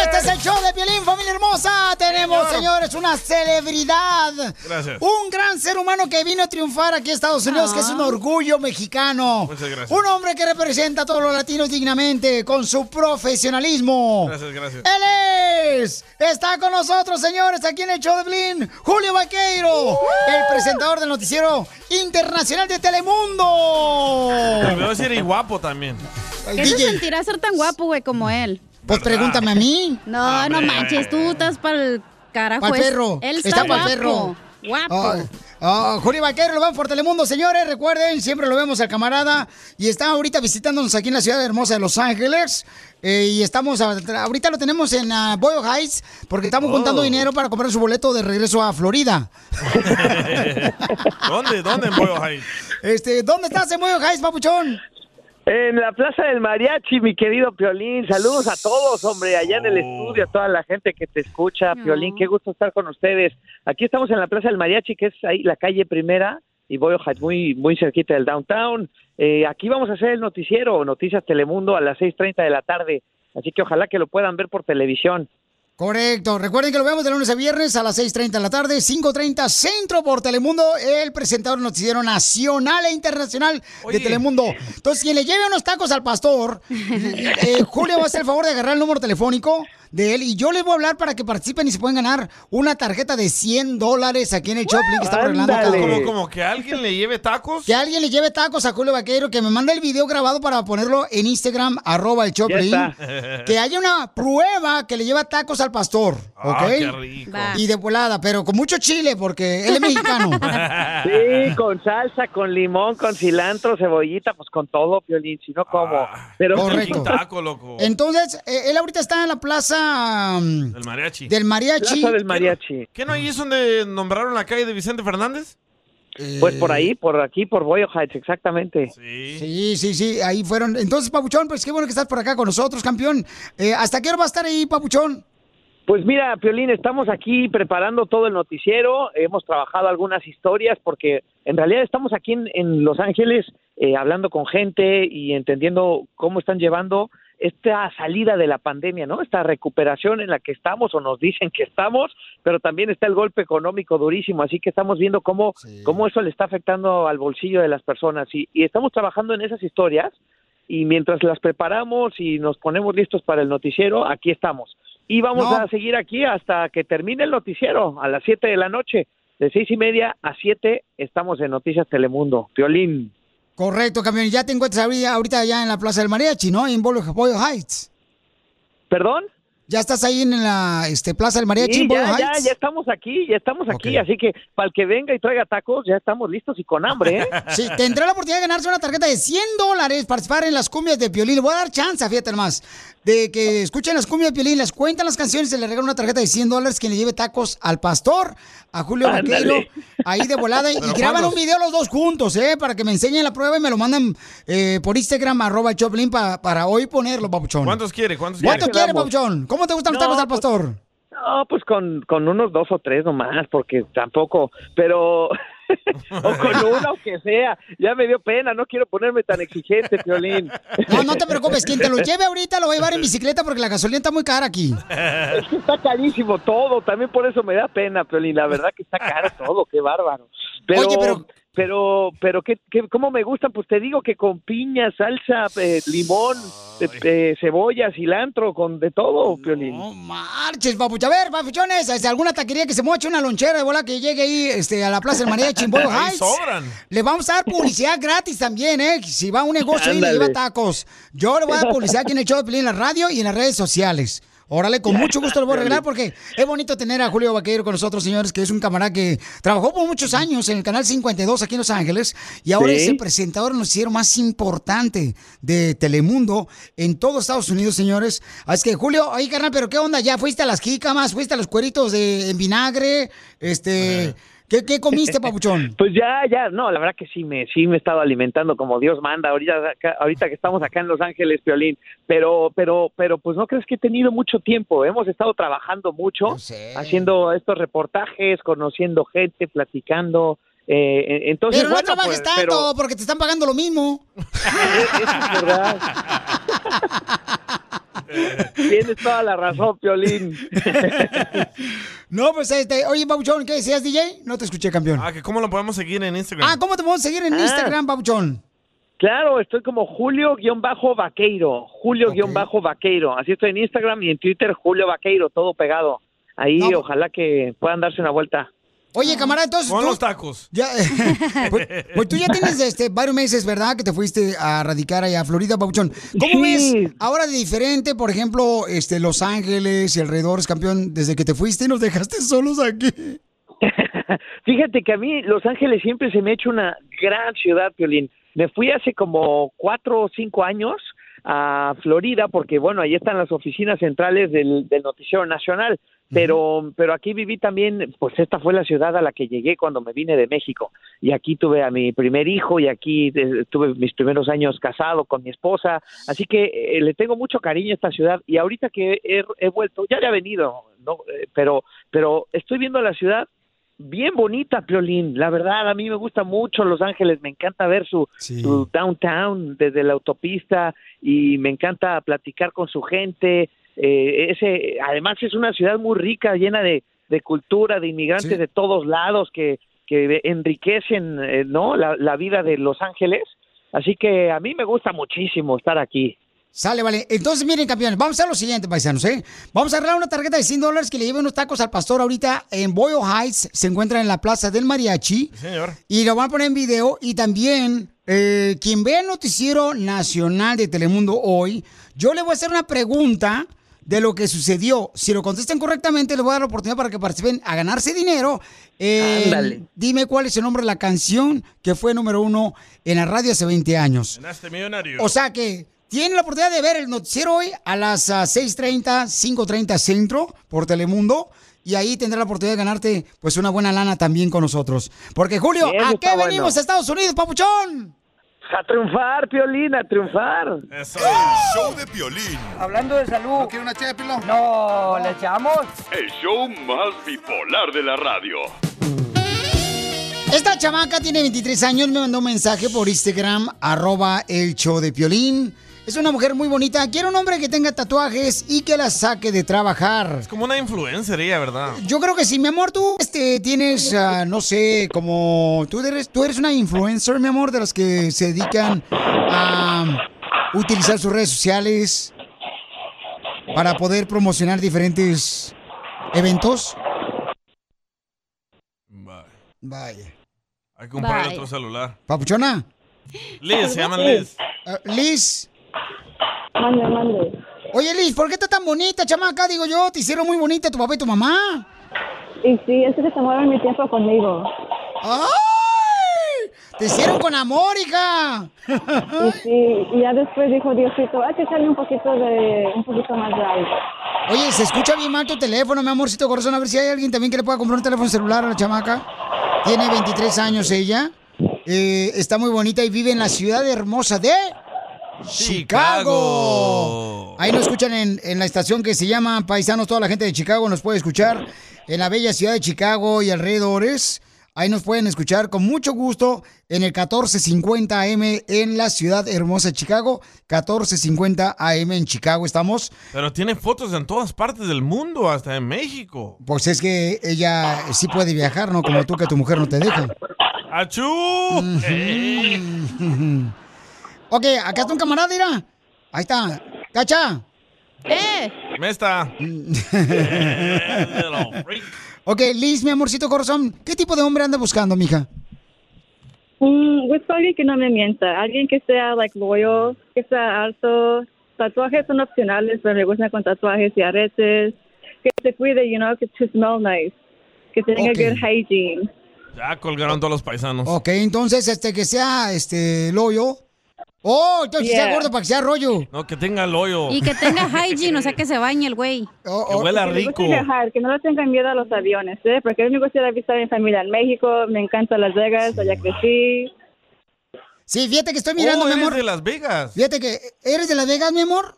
Este es el show de Piolín, familia hermosa. Tenemos, Señor. señores, una celebridad. Gracias. Un gran ser humano que vino a triunfar aquí a Estados Unidos, que es un orgullo mexicano. Muchas gracias. Un hombre que representa a todos los latinos dignamente, con su profesionalismo. Gracias, gracias. Él es, está con nosotros, señores, aquí en el show de Piolín, Julio Vaqueiro, el presentador del noticiero internacional de Telemundo. Me veo si eres guapo también. ¿Qué se sentirá ser tan guapo, güey, como él? Pues pregúntame a mí. No, Ah, no manches, tú estás para el carajo. Pa'l es- perro, Ah, Él está está, pa'l guapo. perro. Guapo. Ah, ah, Julio Vaquero, lo vemos por Telemundo, señores. Recuerden, siempre lo vemos al camarada. Y está ahorita visitándonos aquí en la ciudad hermosa de Los Ángeles. Eh, y estamos, a- ahorita lo tenemos en ah, Boyle Heights, porque estamos juntando dinero para comprar su boleto de regreso a Florida. ¿Dónde? ¿Dónde en Boyle Heights? Este, ¿Dónde estás en Boyle Heights, papuchón? En la Plaza del Mariachi, mi querido Piolín. Saludos a todos, hombre, allá en el estudio, a toda la gente que te escucha. Piolín, qué gusto estar con ustedes. Aquí estamos en la Plaza del Mariachi, que es ahí la calle primera, y voy muy, muy cerquita del downtown. Eh, aquí vamos a hacer el noticiero, Noticias Telemundo, a las 6.30 de la tarde. Así que ojalá que lo puedan ver por televisión. Correcto. Recuerden que lo vemos de lunes a viernes a las 6.30 de la tarde, 5.30 Centro por Telemundo, el presentador noticiero nacional e internacional de Telemundo. Entonces, quien le lleve unos tacos al pastor, eh, Julio va a hacer el favor de agarrar el número telefónico de él y yo les voy a hablar para que participen y se pueden ganar una tarjeta de 100 dólares aquí en el Choplin que está arreglando cada Como, como que alguien le lleve tacos. Que alguien le lleve tacos a Julio Vaquero, que me mande el video grabado para ponerlo en Instagram, arroba el Choplin. Ya está. Que haya una prueba que le lleva tacos al pastor, ¿ok? Ah, qué rico. Va. Y de volada, pero con mucho chile, porque él es mexicano. Sí, con salsa, con limón, con cilantro, cebollita, pues con todo, Piolín, si no como. Pero Correcto. Ah, Taco, loco. Entonces, eh, él ahorita está en la plaza mm, Del mariachi. del mariachi. mariachi. ¿Qué no ahí es donde nombraron la calle de Vicente Fernández? Pues Eh. por ahí, por aquí, por Boyle Heights, exactamente. Sí, sí, sí, ahí fueron. Entonces, Papuchón, pues qué bueno que estás por acá con nosotros, campeón. Eh, ¿Hasta qué hora va a estar ahí, Papuchón? Pues mira, Piolín, estamos aquí preparando todo el noticiero, hemos trabajado algunas historias porque en realidad estamos aquí en, en Los Ángeles eh, hablando con gente y entendiendo cómo están llevando esta salida de la pandemia, ¿no? Esta recuperación en la que estamos o nos dicen que estamos, pero también está el golpe económico durísimo, así que estamos viendo cómo, cómo eso le está afectando al bolsillo de las personas y, y estamos trabajando en esas historias y mientras las preparamos y nos ponemos listos para el noticiero, aquí estamos. Y vamos No. a seguir aquí hasta que termine el noticiero, a las 7 de la noche. De seis y media a 7 estamos en Noticias Telemundo. Violín. Correcto, campeón. Ya te encuentras ahorita, ahorita ya en la plaza del mariachi, ¿no? En Boyle Boyle Heights. ¿Perdón? Ya estás ahí en la este, plaza del mariachi, Sí, en Boyle ya, ya, Heights. ya estamos aquí, ya estamos aquí. Así que para el que venga y traiga tacos, ya estamos listos y con hambre. ¿eh? Sí, tendrá la oportunidad de ganarse una tarjeta de 100 dólares, participar en las cumbias de Piolín. Le voy a dar chance, fíjate más, de que escuchen las cumbias de Piolín, las cuentan las canciones, se le regala una tarjeta de 100 dólares quien le lleve tacos al pastor, a Julio Ándale. Vaquero, ahí de volada. y Pero graban ¿cuándo? un video los dos juntos, ¿eh? Para que me enseñen la prueba y me lo mandan eh, por Instagram, arroba Choplin, pa- para hoy ponerlo, papuchón. ¿Cuántos quiere? ¿Cuántos quiere? ¿Cuánto quiere, papuchón? ¿Cómo te gustan los No, tacos al pues- pastor? No, pues con, con unos dos o tres nomás, porque tampoco, pero o con una o que sea. Ya me dio pena, no quiero ponerme tan exigente, Piolín. No, no te preocupes, quien te lo lleve ahorita lo va a llevar en bicicleta porque la gasolina está muy cara aquí. Es que está carísimo todo, también por eso me da pena, Piolín. La verdad que está caro todo, qué bárbaro. Pero, Oye, pero- pero, pero, ¿qué, qué- cómo me gustan? Pues te digo que con piña, salsa, eh, limón, eh, eh, cebolla, cilantro, con de todo, Piolín. Marches, papucha. A ver, papuchones, este, alguna taquería que se moche una lonchera de bola que llegue ahí este, a la Plaza de María de Chimbolo Ahí Heights. sobran. Le vamos a dar publicidad gratis también, ¿eh? Si va a un negocio y le Ándale. lleva tacos. Yo le voy a dar publicidad aquí en el show de Pelín, en la radio y en las redes sociales. Órale, con mucho gusto lo voy a arreglar porque es bonito tener a Julio Vaquero con nosotros, señores, que es un camarada que trabajó por muchos años en el Canal 52 aquí en Los Ángeles y ahora Sí. es el presentador noticiero más importante de Telemundo en todo Estados Unidos, señores. Así que, Julio, ahí, carnal, pero ¿qué onda? ¿Ya fuiste a las jícamas? ¿Fuiste a los cueritos de, en vinagre? Este, ¿qué, ¿Qué comiste, papuchón? Pues ya, ya, no, la verdad que sí me, sí me he estado alimentando como Dios manda ahorita, acá- ahorita que estamos acá en Los Ángeles, Piolín, pero, pero, pero, pues no crees que he tenido mucho tiempo, hemos estado trabajando mucho, haciendo estos reportajes, conociendo gente, platicando, eh, eh, entonces, pero no bueno, trabajes pues, tanto pero- porque te están pagando lo mismo. Tienes toda la razón, Piolín. No, pues este, oye, Babuchón, ¿qué decías, DJ? No te escuché, campeón. Ah, que cómo lo podemos seguir en Instagram. Ah, ¿cómo te podemos seguir en Ah. Instagram, Babuchón? Claro, estoy como Julio-Vaqueiro, Julio-Vaqueiro, así estoy en Instagram y en Twitter Julio Vaqueiro, todo pegado. Ahí pues ojalá que puedan darse una vuelta. Oye, camarada, entonces Con tú- los tacos. Ya, pues, pues tú ya tienes este, varios meses, ¿verdad? Que te fuiste a radicar allá a Florida, Babuchón. ¿Cómo ves ahora de diferente, por ejemplo, este, Los Ángeles y alrededor, campeón, desde que te fuiste y nos dejaste solos aquí? Fíjate que a mí Los Ángeles siempre se me ha hecho una gran ciudad, Piolín. Me fui hace como cuatro o cinco años a Florida porque, bueno, ahí están las oficinas centrales del, del Noticiero Nacional. Pero, pero aquí viví también, pues esta fue la ciudad a la que llegué cuando me vine de México. Y aquí tuve a mi primer hijo y aquí eh, tuve mis primeros años casado con mi esposa. Así que eh, le tengo mucho cariño a esta ciudad. Y ahorita que he, he vuelto, ya había venido, ¿no? Eh, pero, pero estoy viendo la ciudad bien bonita, Piolín. La verdad, a mí me gusta mucho Los Ángeles. Me encanta ver su, su downtown desde la autopista y me encanta platicar con su gente. Eh, ese, además, es una ciudad muy rica, llena de, de cultura, de inmigrantes de todos lados que, que enriquecen eh, ¿no? la, la vida de Los Ángeles. Así que a mí me gusta muchísimo estar aquí. Sale, vale. Entonces, miren, campeones, vamos a hacer lo siguiente, paisanos, ¿eh? Vamos a arreglar una tarjeta de 100 dólares que le lleve unos tacos al pastor ahorita en Boyle Heights. Se encuentra en la Plaza del Mariachi. Señor. Y lo van a poner en video. Y también, eh, quien vea el noticiero nacional de Telemundo hoy, yo le voy a hacer una pregunta de lo que sucedió. Si lo contestan correctamente, les voy a dar la oportunidad para que participen a ganarse dinero. Eh, Ándale. Dime cuál es el nombre de la canción que fue número uno en la radio hace 20 años. Ganaste millonario. O sea que tienen la oportunidad de ver el noticiero hoy a las ah, 6.30, 5.30 Centro por Telemundo. Y ahí tendrá la oportunidad de ganarte pues una buena lana también con nosotros. Porque Julio, Bien, ¿a está qué bueno. venimos a Estados Unidos, papuchón? A triunfar, Piolín, a triunfar. Show de Piolín. ¡Ah! Hablando de salud. ¿No quiere una ché de pilón? No, ¿le echamos? El show más bipolar de la radio. Esta chamaca tiene 23 años, me mandó un mensaje por Instagram, arroba el show de Piolín. Es una mujer muy bonita. Quiero un hombre que tenga tatuajes y que la saque de trabajar. Es como una influencer ella, ¿verdad? Yo creo que sí, mi amor, tú este, tienes, ah, no sé, como tú eres, tú eres una influencer, mi amor, de las que se dedican a utilizar sus redes sociales para poder promocionar diferentes eventos. Vaya. Hay que comprar Vaya. otro celular. Papuchona. Liz, se llama Liz. Ah, Liz. Oye, Liz, ¿por qué estás tan bonita, chamaca? Digo yo, te hicieron muy bonita tu papá y tu mamá. Y sí, es que se mueven mi tiempo conmigo. ¡Ay! Te hicieron con amor, hija. Y sí, y ya después dijo Diosito, hay que echarle un poquito de, un poquito más de aire. Oye, se escucha bien mal tu teléfono, mi amorcito corazón. A ver si hay alguien también que le pueda comprar un teléfono celular a la chamaca. Tiene 23 años ella. Eh, está muy bonita y vive en la ciudad hermosa de Chicago. Ahí nos escuchan en, en la estación que se llama Paisanos. Toda la gente de Chicago nos puede escuchar en la bella ciudad de Chicago y alrededores. Ahí nos pueden escuchar con mucho gusto en el 1450 AM en la ciudad hermosa de Chicago. 1450 AM en Chicago estamos. Pero tiene fotos en todas partes del mundo, hasta en México. Pues es que ella sí puede viajar, ¿no? Como tú que tu mujer no te deja. ¡Achú! Ujú. ok, acá está un camarada, mira. Ahí está. ¡Cacha! ¡Eh! Me está. Ok, Liz, mi amorcito corazón, ¿qué tipo de hombre anda buscando, mija? Mm, busco a alguien que no me mienta, alguien que sea like loyal, que sea alto. Tatuajes son opcionales, pero me gustan con tatuajes y aretes. Que se cuide, you know, que to smell nice, que tenga Ok. good hygiene. Ya colgaron todos los paisanos. Ok, entonces, este, que sea, este, loyo. Oh, entonces que sea Yeah. gordo para que sea rollo. No, que tenga el hoyo. Y que tenga hygiene, o sea, que se bañe el güey. Que huela Oh, Que le rico. guste viajar, que no le tengan miedo a los aviones, ¿eh? Porque a mí me gustaría visitar a mi familia en México, me encanta Las Vegas, allá crecí. Sí, fíjate que estoy mirando, Oh, mi eres amor. de Las Vegas. Fíjate que, ¿eres de Las Vegas, mi amor?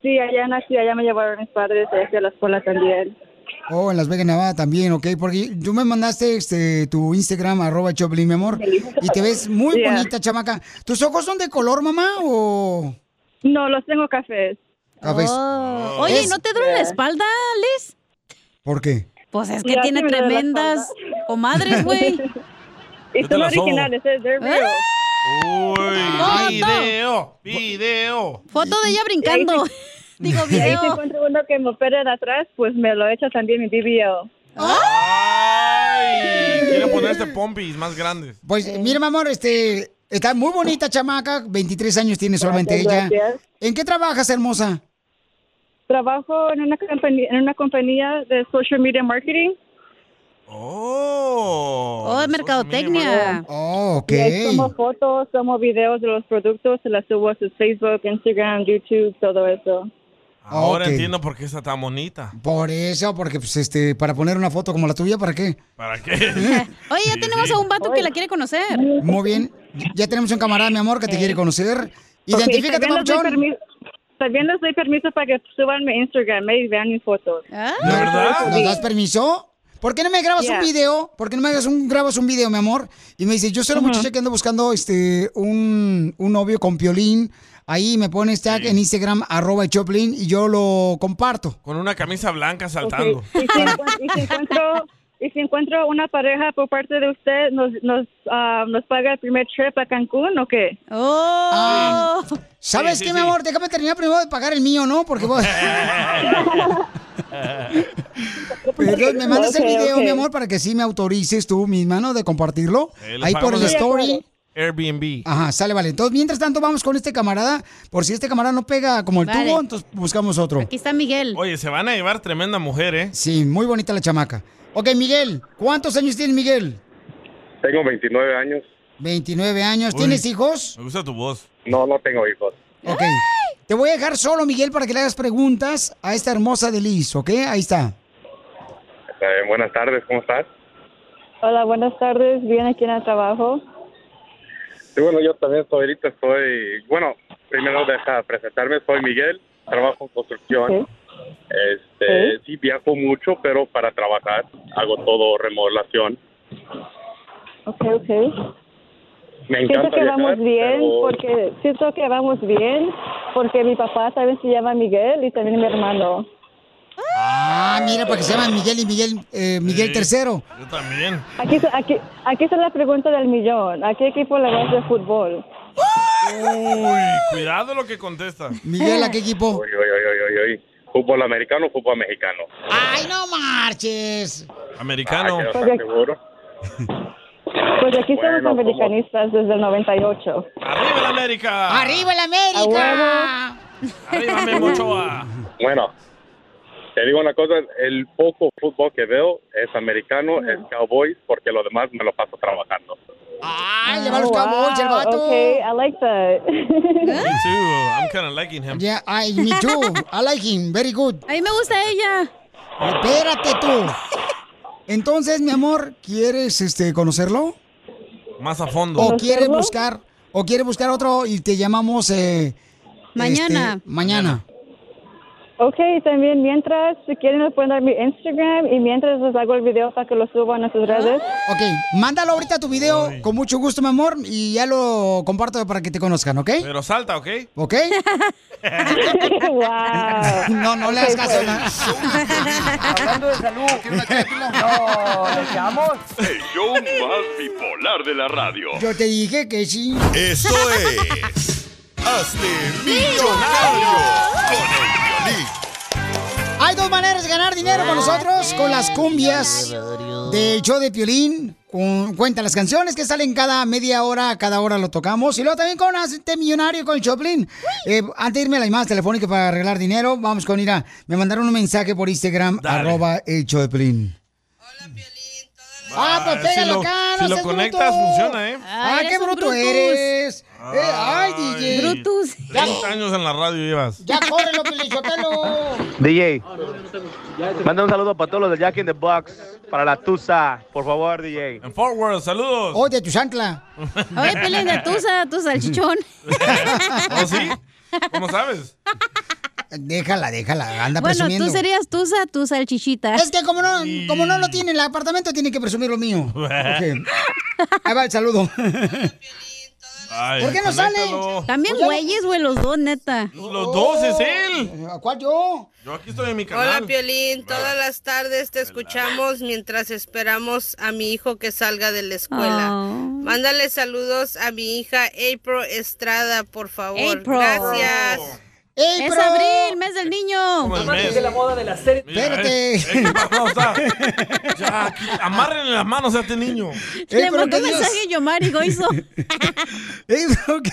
Sí, allá nací, allá me llevaron mis padres, allá fui a la escuela también. Oh, en Las Vegas, Nevada también, ok. Porque tú me mandaste este, tu Instagram, arroba Choplin, mi amor. Y te ves muy Yeah. bonita, chamaca. ¿Tus ojos son de color, mamá, o...? No, los tengo cafés. Cafés. Oh. Oye, ¿no te duele la espalda, Liz? ¿Por qué? Pues es que Ya, tiene sí me duele la tremendas comadres, güey. Yo Y te son las sobo. originales, ¿eh? They're real. Uy, Ah, Foto. video, video. Foto de ella brincando. Digo, Y ahí video. si encuentro uno que me opere de atrás, pues me lo echa también mi DBL. Ay, quiere ponerse este pompis más grandes. Pues mira, mi amor, este, está muy bonita, chamaca. 23 años tiene solamente Gracias, ella. gracias. ¿En qué trabajas, hermosa? Trabajo en una, compañía, en una compañía de social media marketing. Oh. Oh, mercadotecnia. Oh, Y ahí tomo fotos, tomo videos de los productos, se las subo a sus Facebook, Instagram, YouTube, todo eso. Ahora Ah, Ok. entiendo por qué está tan bonita. Por eso, porque pues este, para poner una foto como la tuya, ¿para qué? ¿Para qué? Oye, ya tenemos a un vato que la quiere conocer. Muy bien. Ya tenemos un camarada, mi amor, que te quiere conocer. Ok, pues, Identifícate, también les doy papuchón. permiso- También les doy permiso para que suban mi Instagram ¿eh? y vean mis fotos. Ah. ¿De verdad? pues, ¿Nos das permiso? ¿Por qué no me grabas Yeah. un video? ¿Por qué no me hagas un, grabas un video, mi amor? Y me dices, yo soy la muchacha que ando buscando este, un, un novio con piolín. Ahí me pones tag en Instagram, arroba el Choplin, y yo lo comparto. Con una camisa blanca Ok, saltando. Y, si encuent- y si encuentro, y si encuentro una pareja por parte de usted, ¿nos, nos, ah, nos paga el primer trip a Cancún o qué? ¡Oh! ¿Sabes qué, mi amor? Déjame terminar primero de pagar el mío, ¿no? Porque vos... Pero Pues, me mandas Ok, el video, ok. mi amor, para que sí me autorices tú misma, ¿no? De compartirlo. Eh, le Ahí por pagamos el el- story. Airbnb. Ajá, sale, vale. Entonces, mientras tanto, vamos con este camarada. Por si este camarada no pega como el Vale. tubo, entonces buscamos otro. Aquí está Miguel. Oye, se van a llevar tremenda mujer, ¿eh? Sí, muy bonita la chamaca. Ok, Miguel, ¿cuántos años tiene Miguel? Tengo 29 años. 29 años. ¿Tienes hijos? Me gusta tu voz. No, no tengo hijos. Ok. Te voy a dejar solo, Miguel, para que le hagas preguntas a esta hermosa de Liz, ¿ok? Ahí está. Eh, buenas tardes, ¿cómo estás? Hola, buenas tardes. Bien aquí en el trabajo. Sí, bueno, yo también estoy ahorita, estoy... Bueno, primero Ah. deja presentarme, soy Miguel, trabajo en construcción. Este, sí, viajo mucho, pero para trabajar hago todo remodelación. Ok, ok. Me Siento encanta que viajar, vamos bien, pero- porque siento que vamos bien, porque mi papá también se llama Miguel y también mi hermano. Ah, mira, para que se llaman Miguel y Miguel, eh, Miguel tercero. Yo también. Aquí, se- aquí, aquí está la pregunta del millón. ¿A qué equipo le vas de fútbol? ¡Oh! Eh, Uy, cuidado lo que contesta. Miguel, ¿a qué equipo? Oye, oye, oye, oye, oye. ¿Fútbol americano o fútbol mexicano? ¡Ay, no marches! Americano. Ah, ¿qué vas a estar seguro? Pues aquí somos Bueno, ¿cómo? americanistas desde el 98. ¡Arriba la América! ¡Arriba el América! ¡Arriba Memo Ochoa! Bueno, te digo una cosa, el poco fútbol que veo es americano, es Cowboys, porque lo demás me lo paso trabajando. ¡Ay, le va a los Oh, Cowboys, el wow, vato! Okay, I like that. Me too. I'm kind of liking him. Yeah, I, me too. I like him. Very good. A mí me gusta ella. Espérate tú. Entonces, mi amor, ¿quieres este conocerlo? Más a fondo. ¿O quieres buscar o quieres buscar otro y te llamamos eh, Mañana. este, mañana. Ok, también mientras, si quieren, les pueden dar mi Instagram y mientras les hago el video para que lo suban a sus redes. Ok, mándalo ahorita tu video con mucho gusto, mi amor, y ya lo comparto para que te conozcan, ¿ok? Pero salta, ¿ok? ¿Ok? wow. No, no le hagas Pues caso. Hablando de salud. No, le echamos. El show más bipolar de la radio. Yo te dije que sí. Eso eh. es. Hazte millonario con el violín. Hay dos maneras de ganar dinero con nosotros, con las cumbias del show de Piolín. Con, cuenta las canciones que salen cada media hora, cada hora lo tocamos. Y luego también con Hacete Millonario con el Choplin. Eh, antes de irme a la llamada telefónica para arreglar dinero, vamos con Ira. Me mandaron un mensaje por Instagram, arroba el Choplin. Ah, pues pégalo si lo, acá, no si lo seas conectas, bruto. funciona, ¿eh? Ah, qué bruto eres. Eh, ay, DJ. Brutus. Ya, 30 años en la radio llevas. ya córrelo, Pelichotelo. DJ, manda un saludo para todos los de Jack in the Box, para la Tusa, por favor, DJ. En Forward, saludos. Oye, tu chancla. Oye, Pelín, de tusa, tu salchichón. ¿Oh, sí? ¿Cómo sabes? Déjala, déjala, anda bueno, presumiendo. tú serías tusa, tu salchichita. Es que como no, como no lo tiene el apartamento, tiene que presumir lo mío. Ok. Ahí va el saludo. ¿Por qué no sale? Pues También güeyes, güey, los dos, neta. Oh. Los dos es él. Oh. ¿A cuál yo? Yo aquí estoy en mi canal. Hola Piolín, todas las tardes te escuchamos mientras esperamos a mi hijo que salga de la escuela. Ah. Mándale saludos a mi hija April Estrada, por favor. April. Gracias. Es abril, mes del niño. Como el mes. Amanece la moda de la serie. Mira, eh, eh, ¿qué pasó? O sea, ya, aquí, amárrenle las manos a este niño. Le mandó un mensaje a Yomari Goizo.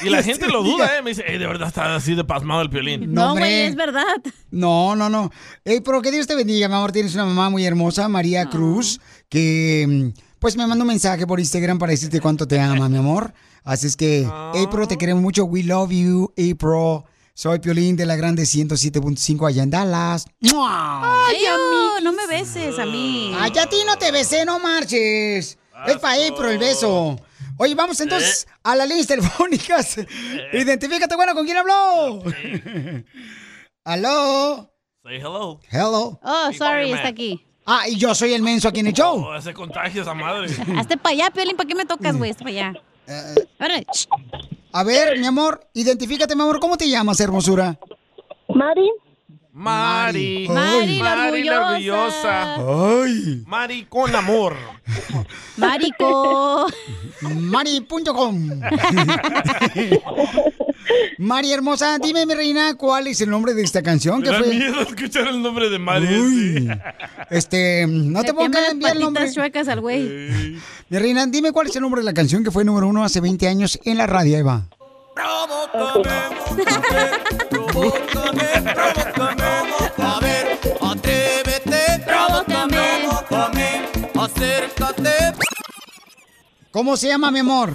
Y la gente lo duda, ¿eh? Me dice, "Ey, de verdad está así de pasmado el piolín. No, hombre. güey, es verdad. No, no, no. Ey, pero que Dios te bendiga, mi amor. Tienes una mamá muy hermosa, Ah. María Cruz, que mm, pues me mandó un mensaje por Instagram para decirte cuánto te ama, mi amor. Así es que, April, Ah. te queremos mucho. We love you, April. Soy Piolín de la Grande 107.5 allá en Dallas. ¡Mua! Ay, yo, no me beses a mí. Ay, a ti no te besé, no marches. Es para April el beso. Oye, vamos entonces a las líneas telefónicas. Identifícate, bueno, ¿con quién habló? ¿Aló? Say hello. Hello. Oh, sorry, Spider-Man. está aquí. Ah, y yo soy el menso aquí en el show. Oh, ese contagio, esa madre. Hazte para allá, Piolín, ¿para qué me tocas, güey? Hazte para allá. Eh, Órale. A ver, mi amor, identifícate, mi amor, ¿cómo te llamas, hermosura? Mari. Mari. Mari, la la orgullosa. Ay. Mari con amor. Marico. Mari.com. Mari hermosa, dime, mi reina, ¿cuál es el nombre de esta canción? Me ¿Qué da fue? miedo escuchar el nombre de Mari. Uy. así. Este, no te Le puedo tiemblan enviar el patitas nombre. chuecas al güey. Mi reina, dime cuál es el nombre de la canción que fue número uno hace 20 años en la radio, Eva. A ver, atrévete, provócame, provócame, acércate. ¿Cómo se llama, mi amor?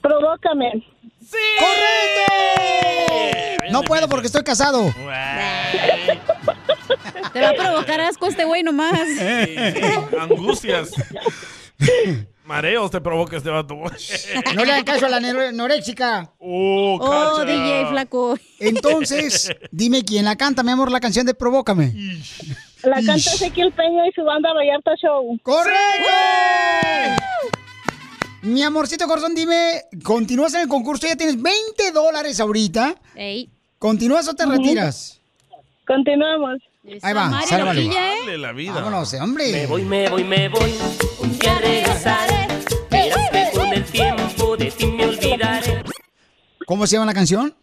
Provócame. ¡Sí! ¡Correcto! No puedo porque estoy casado. Te va a provocar asco este güey nomás. Angustias. Mareos te provoca este vato. No le hagas caso a la nero- anoréxica. Oh, Oh, cacha. DJ flaco. Entonces, dime quién la canta, mi amor, la canción de Provócame. La canta Ezequiel Peña y su banda Vallarta Show. ¡Correcto! Mi amorcito corazón, dime, ¿continúas en el concurso? Ya tienes 20 dólares ahorita. Ey. ¿Continúas o te Ujú. retiras? Continuamos. Ahí va, Mari sálvale. Loquilla, Dale la vida. Vámonos, eh, hombre. Me voy, me voy, me voy. Un día regresaré, pero con el tiempo de ti me olvidaré. ¿Cómo se llama la canción?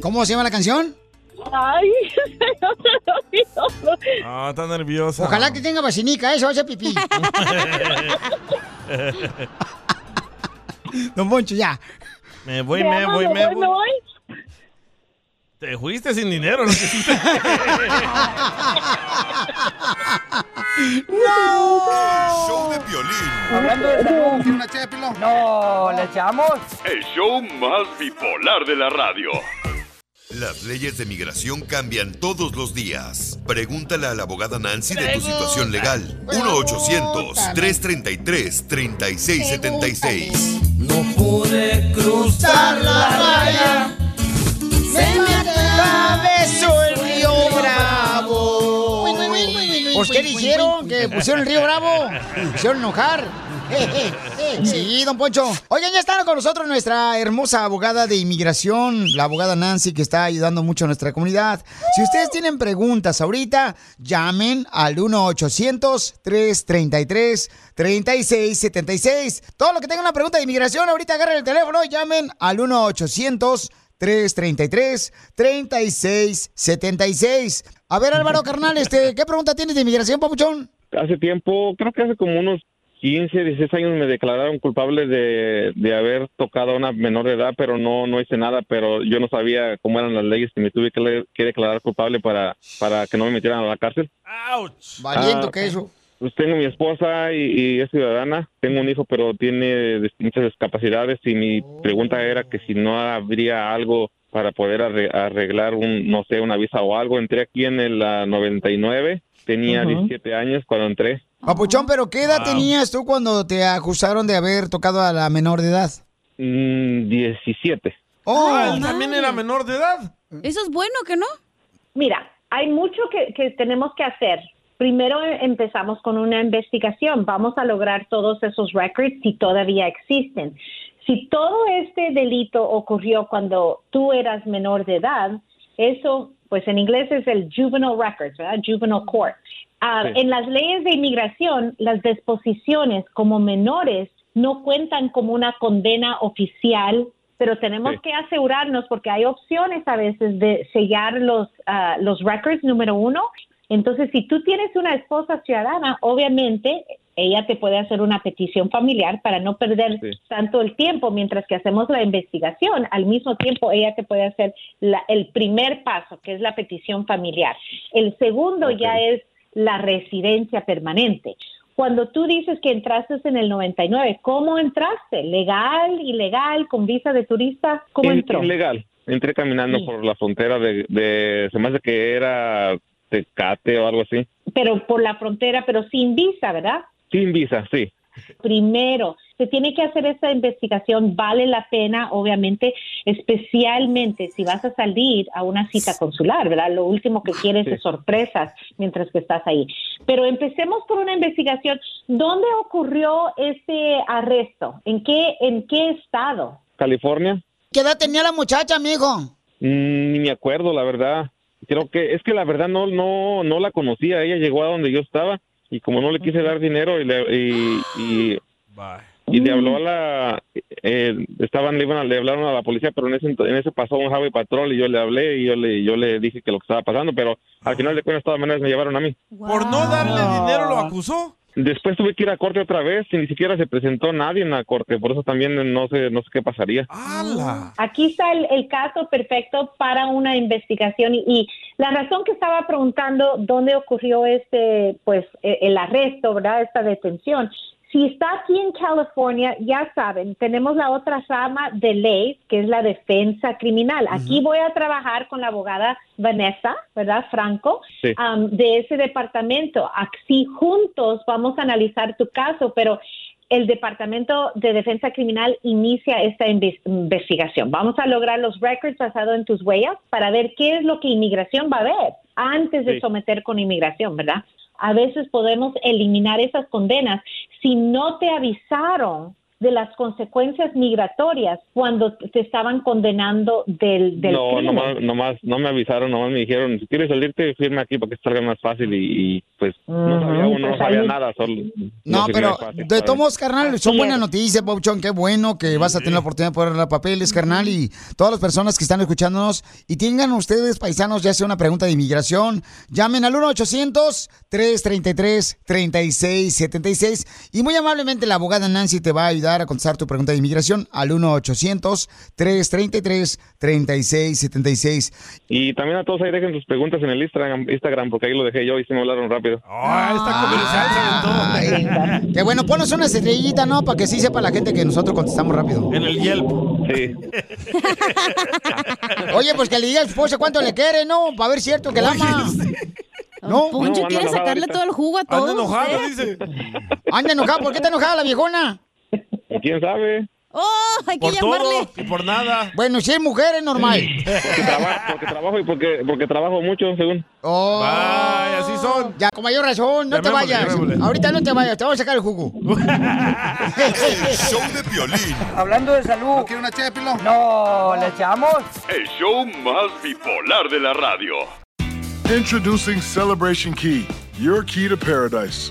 ¿Cómo se llama la canción? Ay, Ah, está nerviosa. Ojalá que tenga vacinica, ¿eh? eso hace pipí. Don Poncho, ya. Me voy, me voy, me voy. Te fuiste sin dinero. lo que hiciste. El show de violín. Hablando de salud. ¿Quiere una No, le echamos. El show más bipolar de la radio. Las leyes de migración cambian todos los días. Pregúntale a la abogada Nancy de tu situación legal. 1-800-333-3676. pude cruzar la raya. Se me atravesó el río Bravo. Pues, ¿qué dijeron? Que pusieron el río bravo. Pusieron enojar. Eh, eh, eh. Sí, don Poncho. Oigan, ya está con nosotros nuestra hermosa abogada de inmigración, la abogada Nancy, que está ayudando mucho a nuestra comunidad. Si ustedes tienen preguntas ahorita, llamen al 1-800-333-3676. Todo lo que tenga una pregunta de inmigración, ahorita agarren el teléfono y llamen al 1-800. 333-3676. A ver, Álvaro Carnal, este, ¿qué pregunta tienes de inmigración, papuchón? Hace tiempo, creo que hace como unos 15, 16 años me declararon culpable de, de haber tocado a una menor de edad, pero no, no hice nada, pero yo no sabía cómo eran las leyes y me tuve que, le- que declarar culpable para, para que no me metieran a la cárcel. Valiento Ah, que eso. Pues tengo mi esposa y, y es ciudadana, tengo un hijo, pero tiene distintas discapacidades y mi pregunta era que si no habría algo para poder arre- arreglar un, no sé, una visa o algo. Entré aquí en el ah, 99, tenía Ujú. 17 años cuando entré. Papuchón, pero ¿qué edad tenías tú cuando te acusaron de haber tocado a la menor de edad? Mm, 17. Oh. Ah, él también era menor de edad. ¿Eso es bueno que no? Mm. Mira, hay mucho que, que tenemos que hacer. Primero em- empezamos con una investigación. Vamos a lograr todos esos records si todavía existen. Si todo este delito ocurrió cuando tú eras menor de edad, eso, pues en inglés es el juvenile records, ¿verdad? Juvenile court. Ah, Sí. En las leyes de inmigración, las disposiciones como menores no cuentan como una condena oficial, pero tenemos Sí. que asegurarnos porque hay opciones a veces de sellar los, ah, los records número uno. Entonces, si tú tienes una esposa ciudadana, obviamente ella te puede hacer una petición familiar para no perder tanto el tiempo mientras que hacemos la investigación. Al mismo tiempo, ella te puede hacer la- el primer paso, que es la petición familiar. El segundo ya es la residencia permanente. Cuando tú dices que entraste en el 99, ¿cómo entraste? ¿Legal, ilegal, con visa de turista? ¿Cómo Es entró? Ilegal. Entré caminando por la frontera de, de, se me hace que era Tecate o algo así. Pero por la frontera, pero sin visa, ¿verdad? Sin visa, sí. primero. Se tiene que hacer esta investigación, vale la pena, obviamente, especialmente si vas a salir a una cita consular, ¿verdad? Lo último que quieres es sorpresas mientras que estás ahí. Pero empecemos por una investigación. ¿Dónde ocurrió ese arresto? ¿En qué, en qué estado? California, ¿Qué edad tenía la muchacha, mijo? mm, ni me acuerdo, la verdad. Creo que es que la verdad no no no la conocía. Ella llegó a donde yo estaba y como no le quise dar dinero y le, y, y, y le habló a la eh, estaban le, iban a- le hablaron a la policía, pero en ese ento- en ese pasó un highway patrol y yo le hablé y yo le yo le dije que lo que estaba pasando, pero al final de cuentas de todas maneras me llevaron a mí. Por no darle dinero lo acusó. Después tuve que ir a corte otra vez y ni siquiera se presentó nadie en la corte, por eso también no sé, no sé qué pasaría. Aquí está el, el caso perfecto para una investigación y, y la razón que estaba preguntando dónde ocurrió este, pues, e- el arresto, ¿verdad? Esta detención. Si está aquí en California, ya saben, tenemos la otra rama de ley, que es la defensa criminal. Aquí voy a trabajar con la abogada Vanessa, ¿verdad? Franco, Sí. am, de ese departamento. Así juntos vamos a analizar tu caso, pero el Departamento de Defensa Criminal inicia esta inves- investigación. Vamos a lograr los records basados en tus huellas para ver qué es lo que inmigración va a ver antes de Sí. someter con inmigración, ¿verdad? A veces podemos eliminar esas condenas si no te avisaron de las consecuencias migratorias cuando te estaban condenando del, del no, crimen. nomás, nomás, no me avisaron, nomás me dijeron, si quieres salirte, firma aquí para que salga más fácil y, y, pues no sabía uno, no pues sabía ahí- nada, solo... No, firmé pero fácil, de ¿sabes? Ah, todos modos, carnal, son buenas noticias, Papuchón. Qué bueno que vas a tener la oportunidad de poner los papeles, carnal. Y todas las personas que están escuchándonos y tengan ustedes, paisanos, ya sea una pregunta de inmigración, llamen al 1-800-333-3676. Y muy amablemente, la abogada Nancy te va a ayudar a contestar tu pregunta de inmigración al 1-800-333-3676. Y también a todos ahí dejen sus preguntas en el Instagram, Instagram porque ahí lo dejé yo y se me hablaron rápido. Ah, Ah. Ay, Qué bueno, ponos una estrellita, ¿no? Para que sí sepa la gente que nosotros contestamos rápido. En el Yelp. Sí. Oye, pues que le diga al esposo cuánto le quiere, ¿no? Para ver cierto que la ama. No, Poncho quiere sacarle todo el jugo a Anda todos. enojado, ¿eh? Anda enojada, ¿por qué está enojada la viejona? ¿Y quién sabe? ¡Oh! Hay que Por llamarle. todo y por nada. Bueno, si es mujer es normal. Porque, traba- porque trabajo y porque, porque trabajo mucho, según. Ay, así son. Oh. Ya, con mayor razón, no te Llamémosle, vayas. llamémosle. Ahorita no te vayas, te vamos a sacar el jugo. El show de Piolín. Hablando de salud. ¿Quiere una chépilo? No, ¿le echamos? El show más bipolar de la radio. Introducing Celebration Key, your key to paradise.